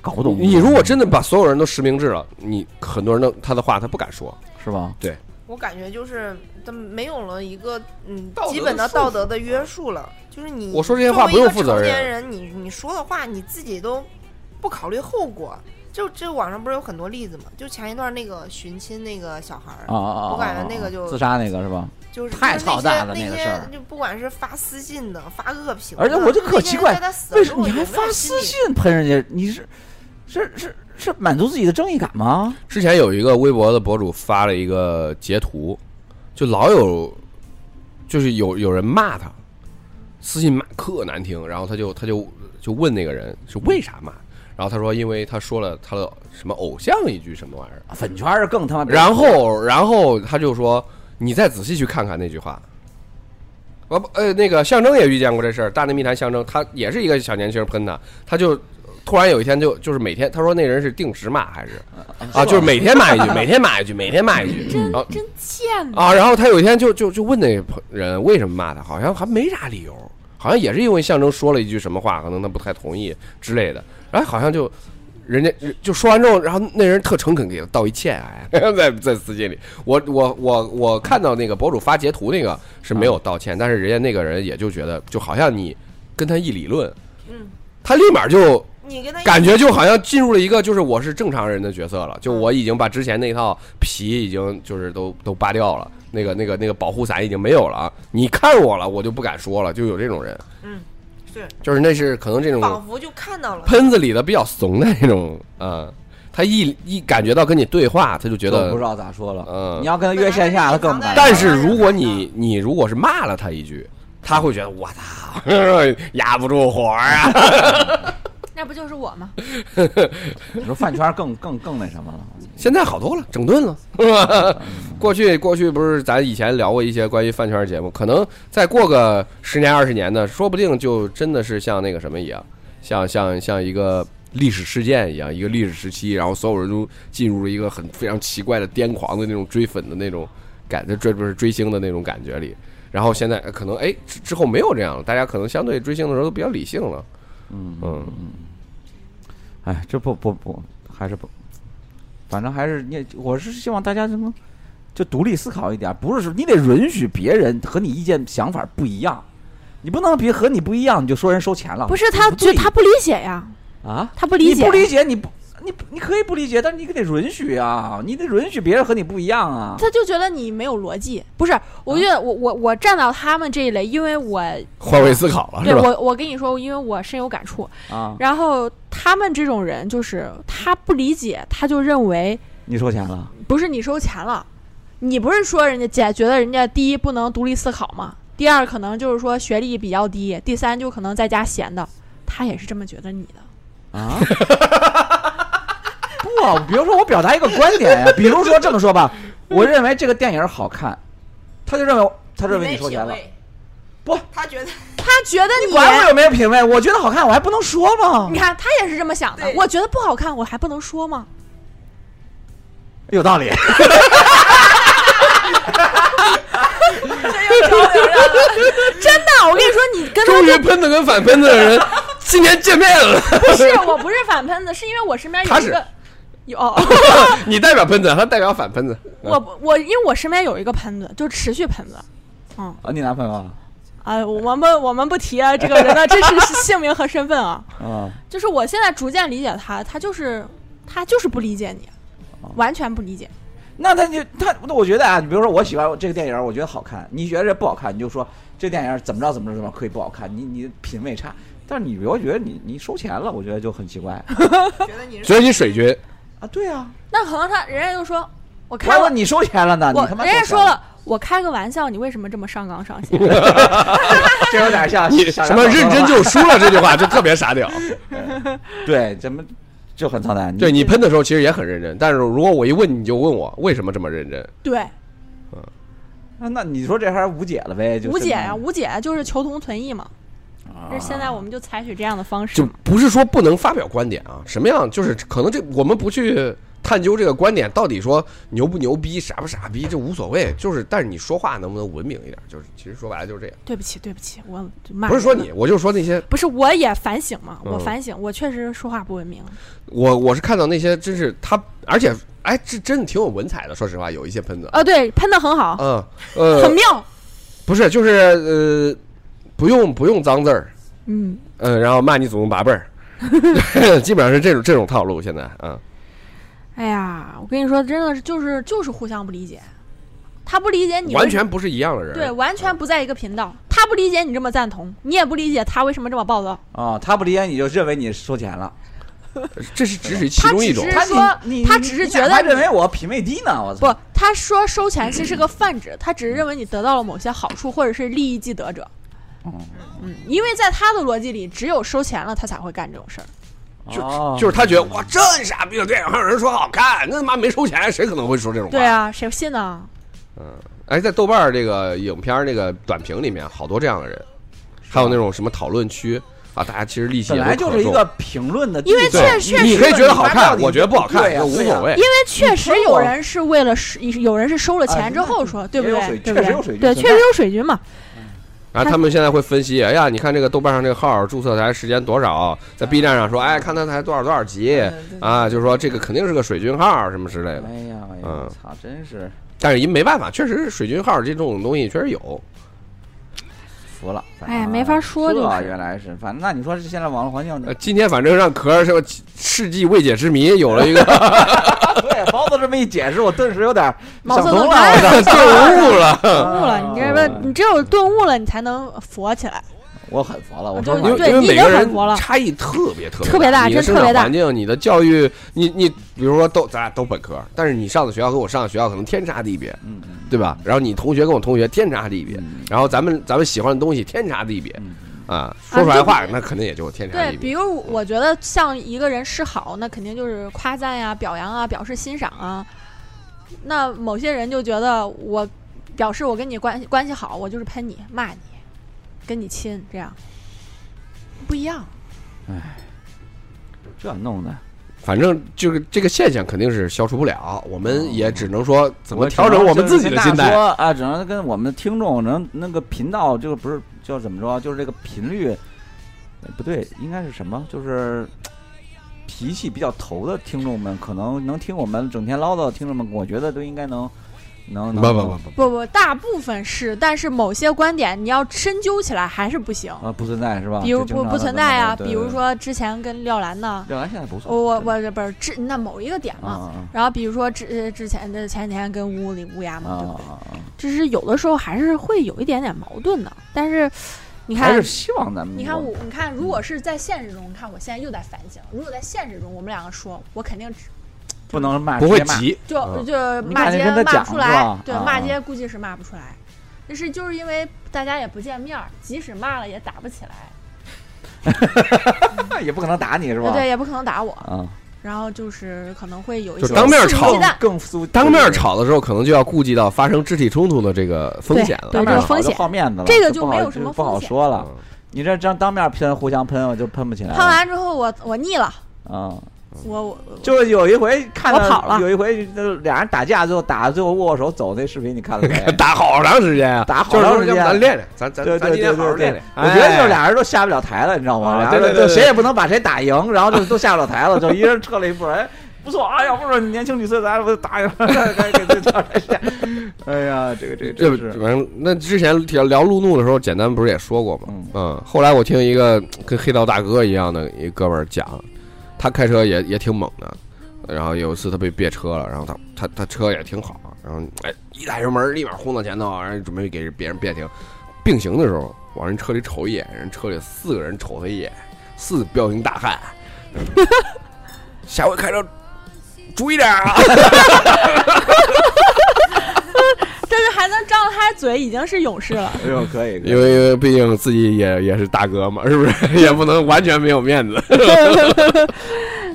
E: 搞不懂。
B: 你如果真的把所有人都实名制了，你很多人都他的话他不敢说，
E: 是吧？
F: 我感觉就是他没有了一个嗯
B: 道德的
F: 基本的
B: 束缚啊
F: 道德的约束了，就是你
B: 我说这些话不用负责任
F: 作为一个成年人你你说的话你自己都不考虑后果，就这网上不是有很多例子嘛？就前一段那个寻亲那个小孩
E: 啊
F: 儿，
E: 啊啊！
F: 我感觉
E: 啊
F: 那个就
E: 自杀那个是吧？
F: 就是
E: 太
F: 就是那
E: 操蛋
F: 些
E: 了那
F: 那
E: 个
F: 些
E: 事儿
F: 就不管是发私信的、发恶评的，
E: 而且我就可
F: 那些
E: 奇
F: 人
E: 怪
F: 在他死了
E: 为
F: 之
E: 什么
F: 后
E: 你
F: 有
E: 还
F: 没有
E: 发
F: 心
E: 私
F: 理
E: 信喷人家？你是是是是满足自己的正义感吗？
B: 之前有一个微博的博主发了一个截图，就老有，就是有有人骂他，私信骂特难听，然后他就他就就问那个人是为啥骂，然后他说因为他说了他的什么偶像一句什么玩意儿，
E: 粉圈儿更他妈。
B: 然后然后他就说你再仔细去看看那句话。啊不，呃，那个象征也遇见过这事儿，《大内密谈》象征，他也是一个小年轻喷他，他就突然有一天就就是每天，他说那人是定时骂还是啊，就是每天骂一句，每天骂一句，每天骂一句，
D: 呃
B: 哦
D: 真
B: 然后
D: 真贱呐！
B: 啊，然后他有一天就就就问那个朋人为什么骂他，好像还没啥理由，好像也是因为象征说了一句什么话，可能他不太同意之类的，然后好像就人家就说完之后，然后那人特诚恳给他道一歉，哎， (laughs) 在在私信里，我我我我看到那个博主发截图那个是没有道歉，但是人家那个人也就觉得就好像你跟他一理论，
F: 嗯，
B: 他立马就
F: 你跟他一
B: 感觉就好像进入了一个就是我是正常人的角色了，就我已经把之前那套皮已经就是都都扒掉了，那个那个那个保护伞已经没有了啊，你看我了，我就不敢说了，就有这种人，
F: 嗯，是
B: 就是那是可能这种
F: 仿佛就看到了，
B: 喷子里的比较怂的那种啊、他一一感觉到跟你对话，他就觉
E: 我
B: 得
E: 不知道咋说了。
B: 嗯
E: 你要跟他约线下，他更不敢。
B: 但是如果你你如果是骂了他一句，他会觉得我操， (laughs) 压不住火儿啊，
D: 那不就是我吗？
E: 你说饭圈更更更那什么了？
B: 现在好多了，整顿了。 (laughs) 过去过去不是咱以前聊过一些关于饭圈的节目，可能再过个十年二十年呢，说不定就真的是像那个什么一样，像像像一个历史事件一样，一个历史时期，然后所有人都进入了一个很非常奇怪的癫狂的那种追粉的那种感觉，追不是追星的那种感觉里。然后现在呃可能哎之之后没有这样了，大家可能相对追星的时候都比较理性了。 (laughs)
E: 嗯
B: 嗯，
E: 哎，这不不不，还是不，反正还是你，我是希望大家什么，就独立思考一点，不是说你得允许别人和你意见想法不一样，你不能别和你不一样你就说人收钱了。
D: 不是他，
E: 这
D: 就
E: 不对
D: 他不理解呀，
E: 啊，
D: 他不理
E: 你
D: 解
E: 不。理解你不。你你可以不理解，但是你可得允许啊！你得允许别人和你不一样啊！
D: 他就觉得你没有逻辑，不是？我觉得我我我站到他们这一类，因为我
B: 换位思考了
D: 对
B: 是吧？
D: 我我跟你说，因为我深有感触。
E: 啊，
D: 然后他们这种人就是他不理解，他就认为
E: 你收钱了，
D: 不是你收钱了，你不是说人家姐觉得人家第一不能独立思考吗？第二可能就是说学历比较低，第三就可能在家闲的，他也是这么觉得你的。
E: 啊？ (laughs) 不啊，比如说我表达一个观点呀、比如说这么说吧，我认为这个电影好看，他就认为他认为你收钱了，，不，
F: 他
E: (laughs)
F: 觉得
D: 他觉得你，
E: 管我有没有品味，我觉得好看我还不能说吗
D: 你？看他也是这么想的。
F: 对
D: 我觉得不好看，我还不能说吗？
E: (laughs) 有道理，
D: 真的，我跟你说，你跟他
B: 终于
D: 就
B: 喷子跟反喷子的人今年见面了。
D: 不是，我不是反喷子，是因为我身边有
B: 他
D: 一
B: 是
D: 个有。哦
B: 你代表喷子，他代表反喷子。啊
D: 我不我因为我身边有一个喷子，就持续喷子。
E: 啊，你男朋友啊，
D: 啊，我们我们不提啊，这个人的真实姓名和身份啊。
E: 啊，
D: (laughs) 就是我现在逐渐理解他，他就是他就是不理解你，
E: 哦
D: 完全不理解。
E: 那他就他，那我觉得啊，你比如说我喜欢这个电影，我觉得好看，你觉得这不好看，你就说这电影怎么着怎么着怎么着可以不好看，你你品味差，但是你我觉得你你收钱了，我觉得就很奇怪 (laughs)
F: 觉得你是
B: 觉得你水军，
E: 啊，对啊，
D: 那可能他人家就说，我
E: 我还
D: 开
E: 问
D: 玩
E: 你收钱了呢，你
D: 我
E: 他妈
D: 人家
E: 收钱
D: 说，了，我开个玩笑，你为什么这么上纲上
E: (laughs)
D: 线？
E: 这有点像
B: 啊你
E: 像
B: 什么认真就输了这句话就特别傻屌。
E: 对，怎么就很操蛋？
B: 对你喷的时候其实也很认真，但是如果我一问你就问我为什么这么认真，
D: 对，
E: 那啊那你说这还是无解了呗？就
D: 吴姐
E: 是
D: 呀，吴姐啊就是求同存异嘛。
E: 啊
D: 就是现在我们就采取这样的方式
B: 就
D: 嘛。
B: 不是说不能发表观点啊，什么样就是可能这我们不去探究这个观点到底说牛不牛逼、傻不傻逼，这无所谓，就是但是你说话能不能文明一点，就是其实说白了就是这样，
D: 对不起，对不起，我骂
B: 不是说
D: 人了
B: 你，，我就说那些
D: 不是我也反省嘛，我
B: 嗯
D: 反省，我确实说话不文明。
B: 我我是看到那些真是他，而且哎，这真的挺有文采的，说实话，有一些喷子，
D: 呃，对，喷的很好，
B: 嗯呃
D: 很妙。
B: 不是，就是呃，不用不用脏字儿，
D: 嗯，
B: 嗯、然后骂你祖宗八辈
E: (laughs)
B: 儿，基本上是这种这种套路。现在，嗯，
D: 哎呀，我跟你说，真的是就是就是互相不理解，他不理解你为
B: 完全不是一样的人。
D: 对，完全不在一个频道，他不理解你这么赞同，你也不理解他为什么这么暴躁。
E: 啊，他不理解你就认为你收钱了，
B: 这是只是其中一种
D: 他。只是说
E: 你
D: 他只是觉得
E: 他
D: 你
E: 认为我品味低呢，我操！
D: 不，他说收钱其实是个泛指，他只是认为你得到了某些好处或者是利益既得者。
E: 哦
D: 嗯，因为在他的逻辑里，只有收钱了他才会干这种事儿。
B: 就
E: 哦
B: 就是他觉得哇，真傻逼的电影还有人说好看，那他妈没收钱，谁可能会说这种话？
D: 对啊，谁信呢？
B: 哎，在豆瓣儿这个影片儿那个短评里面，好多这样的人，还有那种什么讨论区啊，大家其实戾气
E: 本
B: 也
E: 来
B: 都
E: 就
B: 可
E: 是一
B: 重
E: 个评论的地
D: 因
E: 方，
D: 为
B: 对
D: 确确实
B: 你可以觉得好
E: 你发到
B: 看，
E: 底
B: 我觉得不好看，
E: 对呀
B: 那无
E: 对呀
B: 所谓
D: 因。为确实
E: 你喷
D: 有
E: 我
D: 人是为了是有人是收了
E: 哎
D: 钱之后
E: 那
D: 说，对不
E: 也有
D: 对？
E: 水
D: 对不
E: 确实有水
D: 对？对，
E: 军存
D: 确实有水军嘛。
B: 然后他们现在会分析，哎呀，你看这个豆瓣上这个号注册才时间多少，在 B 站上说，哎，看他才多少多少集啊，就是说这个肯定是个水军号什么之类的。
E: 哎呀，哎呀，
B: 嗯
E: 我操，真是
B: 但是也没办法，确实是水军号这种东西确实有。
E: 服了。反
D: 哎
E: 正
D: 没法说
E: 这
D: 就是
E: 原来是，反正那你说是现在网络环
B: (laughs)
E: 境，
B: 呃，今天反正让壳儿是吧世纪未解之谜有了一个 (laughs)
E: 对，包子这么一解释，我顿时有点
D: 茅塞
E: 想
D: 顿
E: 通了，
D: 开，
E: 我操 (laughs)
B: 顿悟了。
D: 顿悟了，你这
E: 哦
D: 不，你只有顿悟了，你才能佛起来。
E: 我很服了，我
D: 啊就
E: 说
B: 因
E: 嘛
B: 为
D: 对
B: 因为
D: 你
B: 每
D: 已经
B: 个
D: 很佛
B: 人
D: 了
B: 差异特别特别
D: 特别大
B: 你的
D: 真
B: 生
D: 特别
B: 长
D: 大
B: 环境、你的教育，你你比如说都咱俩都本科，但是你上的学校和我上的学校可能天差地别，
E: 嗯嗯
B: 对吧？然后你同学跟我同学天差地别，
E: 嗯
B: 然后咱们咱们喜欢的东西天差地别
E: 嗯
B: 啊，说出来
D: 就
B: 话
D: 比
B: 那肯定也就天差
D: 对
B: 地，
D: 比
B: 别。
D: 如我觉得像一个人示好，那肯定就是夸赞呀、表扬啊、表示欣赏啊。那某些人就觉得我表示我跟你关系关系好，我就是喷你、骂你、跟你亲，这样不一样。
E: 这弄的，
B: 反正就是这个现象肯定是消除不了，我们也只能说怎么
E: 哦我只
B: 调整
E: 能
B: 我们
E: 就是
B: 自己的
E: 跟
B: 心
E: 大
B: 态。
E: 说啊，只能跟我们的听众能那个频道就是不是叫怎么着，啊就是这个频率呃不对，应该是什么？就是脾气比较头的听众们，可能能听我们整天唠叨的听众们，我觉得都应该能能
B: 不
E: 能
B: 不不不，
D: 不不，大部分是，但是某些观点你要深究起来还是不行。
E: 啊不存在是吧？
D: 比如
E: 就经
D: 不
E: 常
D: 不
E: 的
D: 存在啊，
E: 对
D: 比如说之前跟廖兰呢，
E: 对对对廖兰现在不错，
D: 我我
E: 啊
D: 我不是之那某一个点
E: 啊
D: 嘛，然后比如说之呃之前的前几天跟乌里乌鸦
E: 啊
D: 嘛，对不
E: 啊
D: 对？
E: 啊啊，
D: 就是有的时候还是会有一点点矛盾的。但是你
E: 还
D: 看
E: 是，希望咱们
D: 你看我，你看，如果是在现实中，你看我现在又在反省。如果在现实中，我们两个说，我肯定只
E: 不能骂
B: 不会
E: 直接骂
B: 急，
D: 就、
B: 嗯
D: 就
E: 啊你
D: 骂
E: 感觉
D: 街骂
E: 跟他讲
D: 不出
E: 是
D: 来
E: 吧，
D: 对，
E: 啊
D: 骂街估计是骂不出来。但是就是因为大家也不见面儿，即使骂了也打不起来，
E: (laughs) 也不可能打你是吧？
D: 呃对对，也不可能打我。
E: 啊，
D: 然后就是可能会有一
B: 就
D: 些
B: 当面
D: 肆无忌
B: 吵
D: 惮
E: 更苏
B: 当面吵的时候，可能就要顾及到发生肢体冲突的这个风险
D: 对
B: 了。
E: 当
D: 这
E: 面
D: 个
E: 吵
D: 风
E: 就
D: 险
E: 好面子了，
D: 这个
E: 就
D: 就
E: 不好
D: 没有什么
E: 不好
D: 风险
E: 说了。
B: 嗯
E: 你这这样当面喷，互相喷，我就喷不起来
D: 喷
E: 了。
D: 完之后我，我腻了，
E: 啊、
D: 我我我
E: 就是有一回看到
D: 我跑了
E: 有一回就是俩人打架，最后打，最后握握手走那视频，你
B: (laughs)
E: 看了没？
B: 打好长时间啊，
E: 打好
B: 就是
E: 长
B: 说
E: 时
B: 要
E: 间
B: 不咱练练，咱咱
E: 对
B: 咱
E: 对
B: 今
E: 对
B: 天好好
E: 对
B: 练
E: 对
B: 练，。哎
E: 我觉得就是
B: 俩
E: 俩人都下不了台了，你知道吗？
B: 啊
E: 俩
B: 对
E: 人
B: 对
E: 都
B: 对
E: 就
B: 对
E: 谁也不能把谁打赢，然后就都下不了台了，就一人撤了一步。哎，不错啊，要不是你年轻女岁，咱俩不就打赢了？ (laughs) 赶紧给这叫这下。哎呀，这个这个
B: 这
E: 真是
B: 反正那之前聊聊路怒的时候，简单不是也说过吗
E: 嗯？
B: 嗯，后来我听一个跟黑道大哥一样的一哥们儿讲，他开车也也挺猛的，然后有一次他被别车了，然后他他他车也挺好，然后哎一打油门立马轰到前头，然后准备给别人别停，并行的时候往人车里瞅一眼，人车里四个人瞅他一眼，四个彪形大汉， (laughs) 下回开车注意点儿啊！
D: 已经是勇士了。
E: 哎呦，可以，可以
B: 因为因为毕竟自己也也是大哥嘛，是不是？ (laughs) 也不能完全没有面子。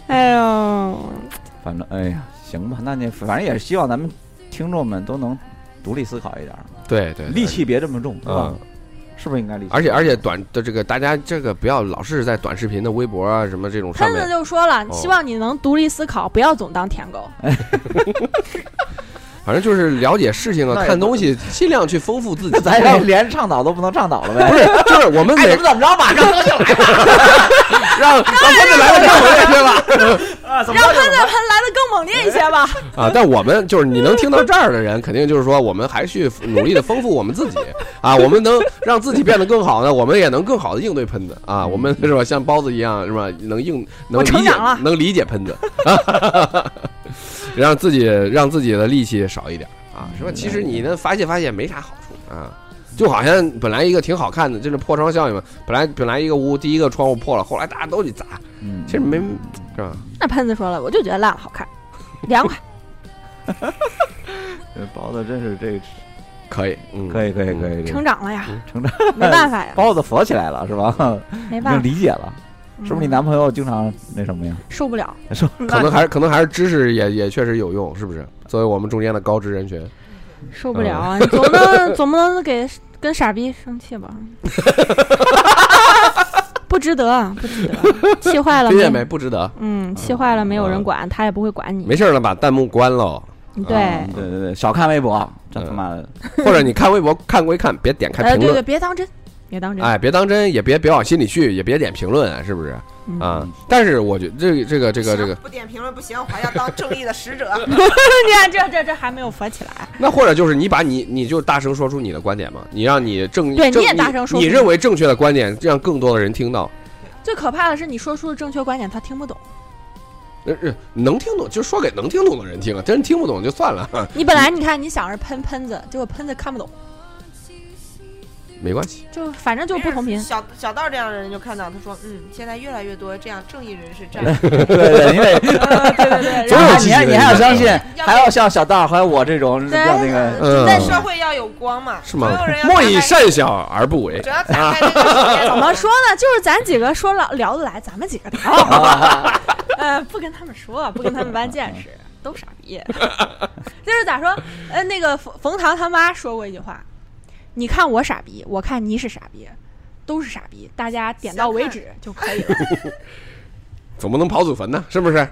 D: 哎呦，
E: 反正哎呀，行吧，那你反正也是希望咱们听众们都能独立思考一点儿，
B: (laughs) 对对，
E: 戾气别这么重，是吧
B: 嗯？
E: 是不是应该戾气？
B: 而且而且短的这个大家这个不要老是在短视频的微博啊什么这种上
D: 喷子
B: 面，
D: 就说了，
B: 哦
D: 希望你能独立思考，不要总当舔狗。
B: 反正就是了解事情
E: 那
B: 啊，
E: 也
B: 看
E: 不
B: 东西尽量去丰富
E: (laughs)
B: 自己。
E: 咱也连倡导都不能倡导了呗？
B: 不是，就是我
E: (laughs)
B: 们
E: 哎，
B: 每
E: 怎么怎么着吧，
B: (laughs)
E: 让他
B: 让让喷子来了，让我也去了
E: 啊，怎么
D: 让喷子
E: 着就怎么着
D: 喷来的更猛烈一些吧。
B: (laughs) 啊！但我们就是你能听到这儿的人，肯定就是说我们还去努力的丰富我们自己啊，我们能让自己变得更好呢，我们也能更好的应对喷子啊，我们是吧？像包子一样是吧？能应能
D: 我成
B: 理解
D: 长了
B: 能理解喷子， (laughs) 让自己让自己的力气少一点啊，是吧？其实你呢发泄发泄没啥好处啊。就好像本来一个挺好看的，就是破窗效应嘛。本来本来一个屋第一个窗户破了，后来大家都去砸，
E: 嗯
B: 其实没是吧？
D: (laughs) 那喷子说了，我就觉得烂了好看，凉啊快。
E: 这呃包子真是这
B: 可以，嗯，
E: 可以可以
B: 嗯
E: 可以，
D: 成长了呀，
E: 成长，
D: (laughs) 没办
E: (laughs)
D: 法呀，
E: 包子佛起来了是吧？
D: 没
E: 已
D: 办法，
E: 经理解了，
D: 嗯
E: 是不是你男朋友经常那什么呀？
D: 受不了？
E: 说
B: 可能还是可能还是知识也也确实有用，是不是？作为我们中间的高知人群，
D: 受不了啊！你总不能总不能给跟傻逼生气吧？ (laughs) 不值得，啊不值得，气坏了
B: 听见没？
D: 没？
B: 不值得，
D: 嗯，气坏了没有人管，他也不会管你。
B: 没事儿了，把弹幕关喽，
D: 对
E: 嗯，对对对，少看微博，这他妈的
B: 或者你看微博看归看，别点开
D: 哎，
B: 评
D: 对
B: 论
D: 对，，别当真，别当真。
B: 哎，别当真，也别别往心里去，也别点评论，是不是？
D: 嗯
B: 啊，但是我觉得这个这个这个这个，
F: 不点评论不行，我还要当正义的
E: (laughs)
F: 使者。
D: (laughs) 你看这这这还没有佛起来，
B: 那或者就是你把你你就大声说出你的观点嘛，你让你正
D: 对
B: 正
D: 你也大声说
B: 你
D: 出
B: 认为正确的观点，让更多的人听到，
D: 最可怕的是你说出了正确观点，他听不懂。
B: 呃呃能听懂就说给能听懂的人听啊，真听不懂就算了，
D: 你本来你看你想着喷喷子，结果喷子看不懂，
B: 没关系，
D: 就反正就不同频。
F: 小小道这样的人就看到，他说：“嗯，现在越来越多这样正义人士
B: (laughs)
F: 站
E: (laughs) 对对，因为
D: 呃对对对，
B: 总
D: 然
B: 有
D: 后
B: 积极
E: 你还
B: 的嗯一
E: 你还要
B: 面
E: 相信，
F: 要
E: 还要像小道还有我这种叫那个
B: 嗯
F: 在社会要有光嘛，
B: 是
F: 所
B: 吗
F: 有人？要
B: 莫以
F: 打开
B: 善小而不为
F: 只。要打开这个世界，
D: (laughs) 怎么说呢？就是咱几个说了聊得来，咱们几个聊。呃，不跟他们说，不跟他们班见识，都傻逼。 (laughs) 就是咋说？呃，那个冯冯唐他妈说过一句话：“你看我傻逼，我看你是傻逼，都是傻逼，大家点到为止就可以了，
B: 总不能跑祖坟呢，是不是？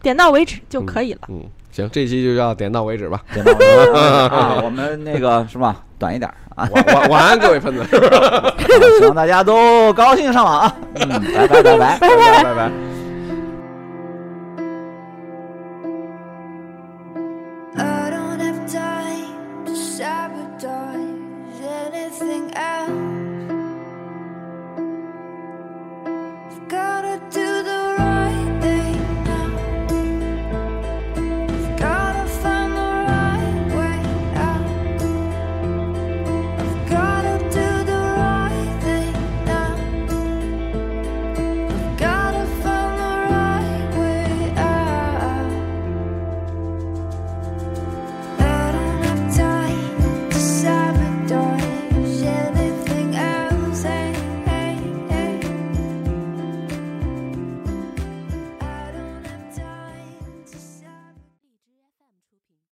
D: 点到为止就可以了。
B: 嗯，行，这期就要点到为止吧。
E: 简单 (laughs) 我们啊，我们那个是吧，短一点 (laughs) 啊，
B: 晚晚晚安，各位喷子，
E: 希望大家都高兴上网啊，嗯，拜拜拜拜拜拜拜拜。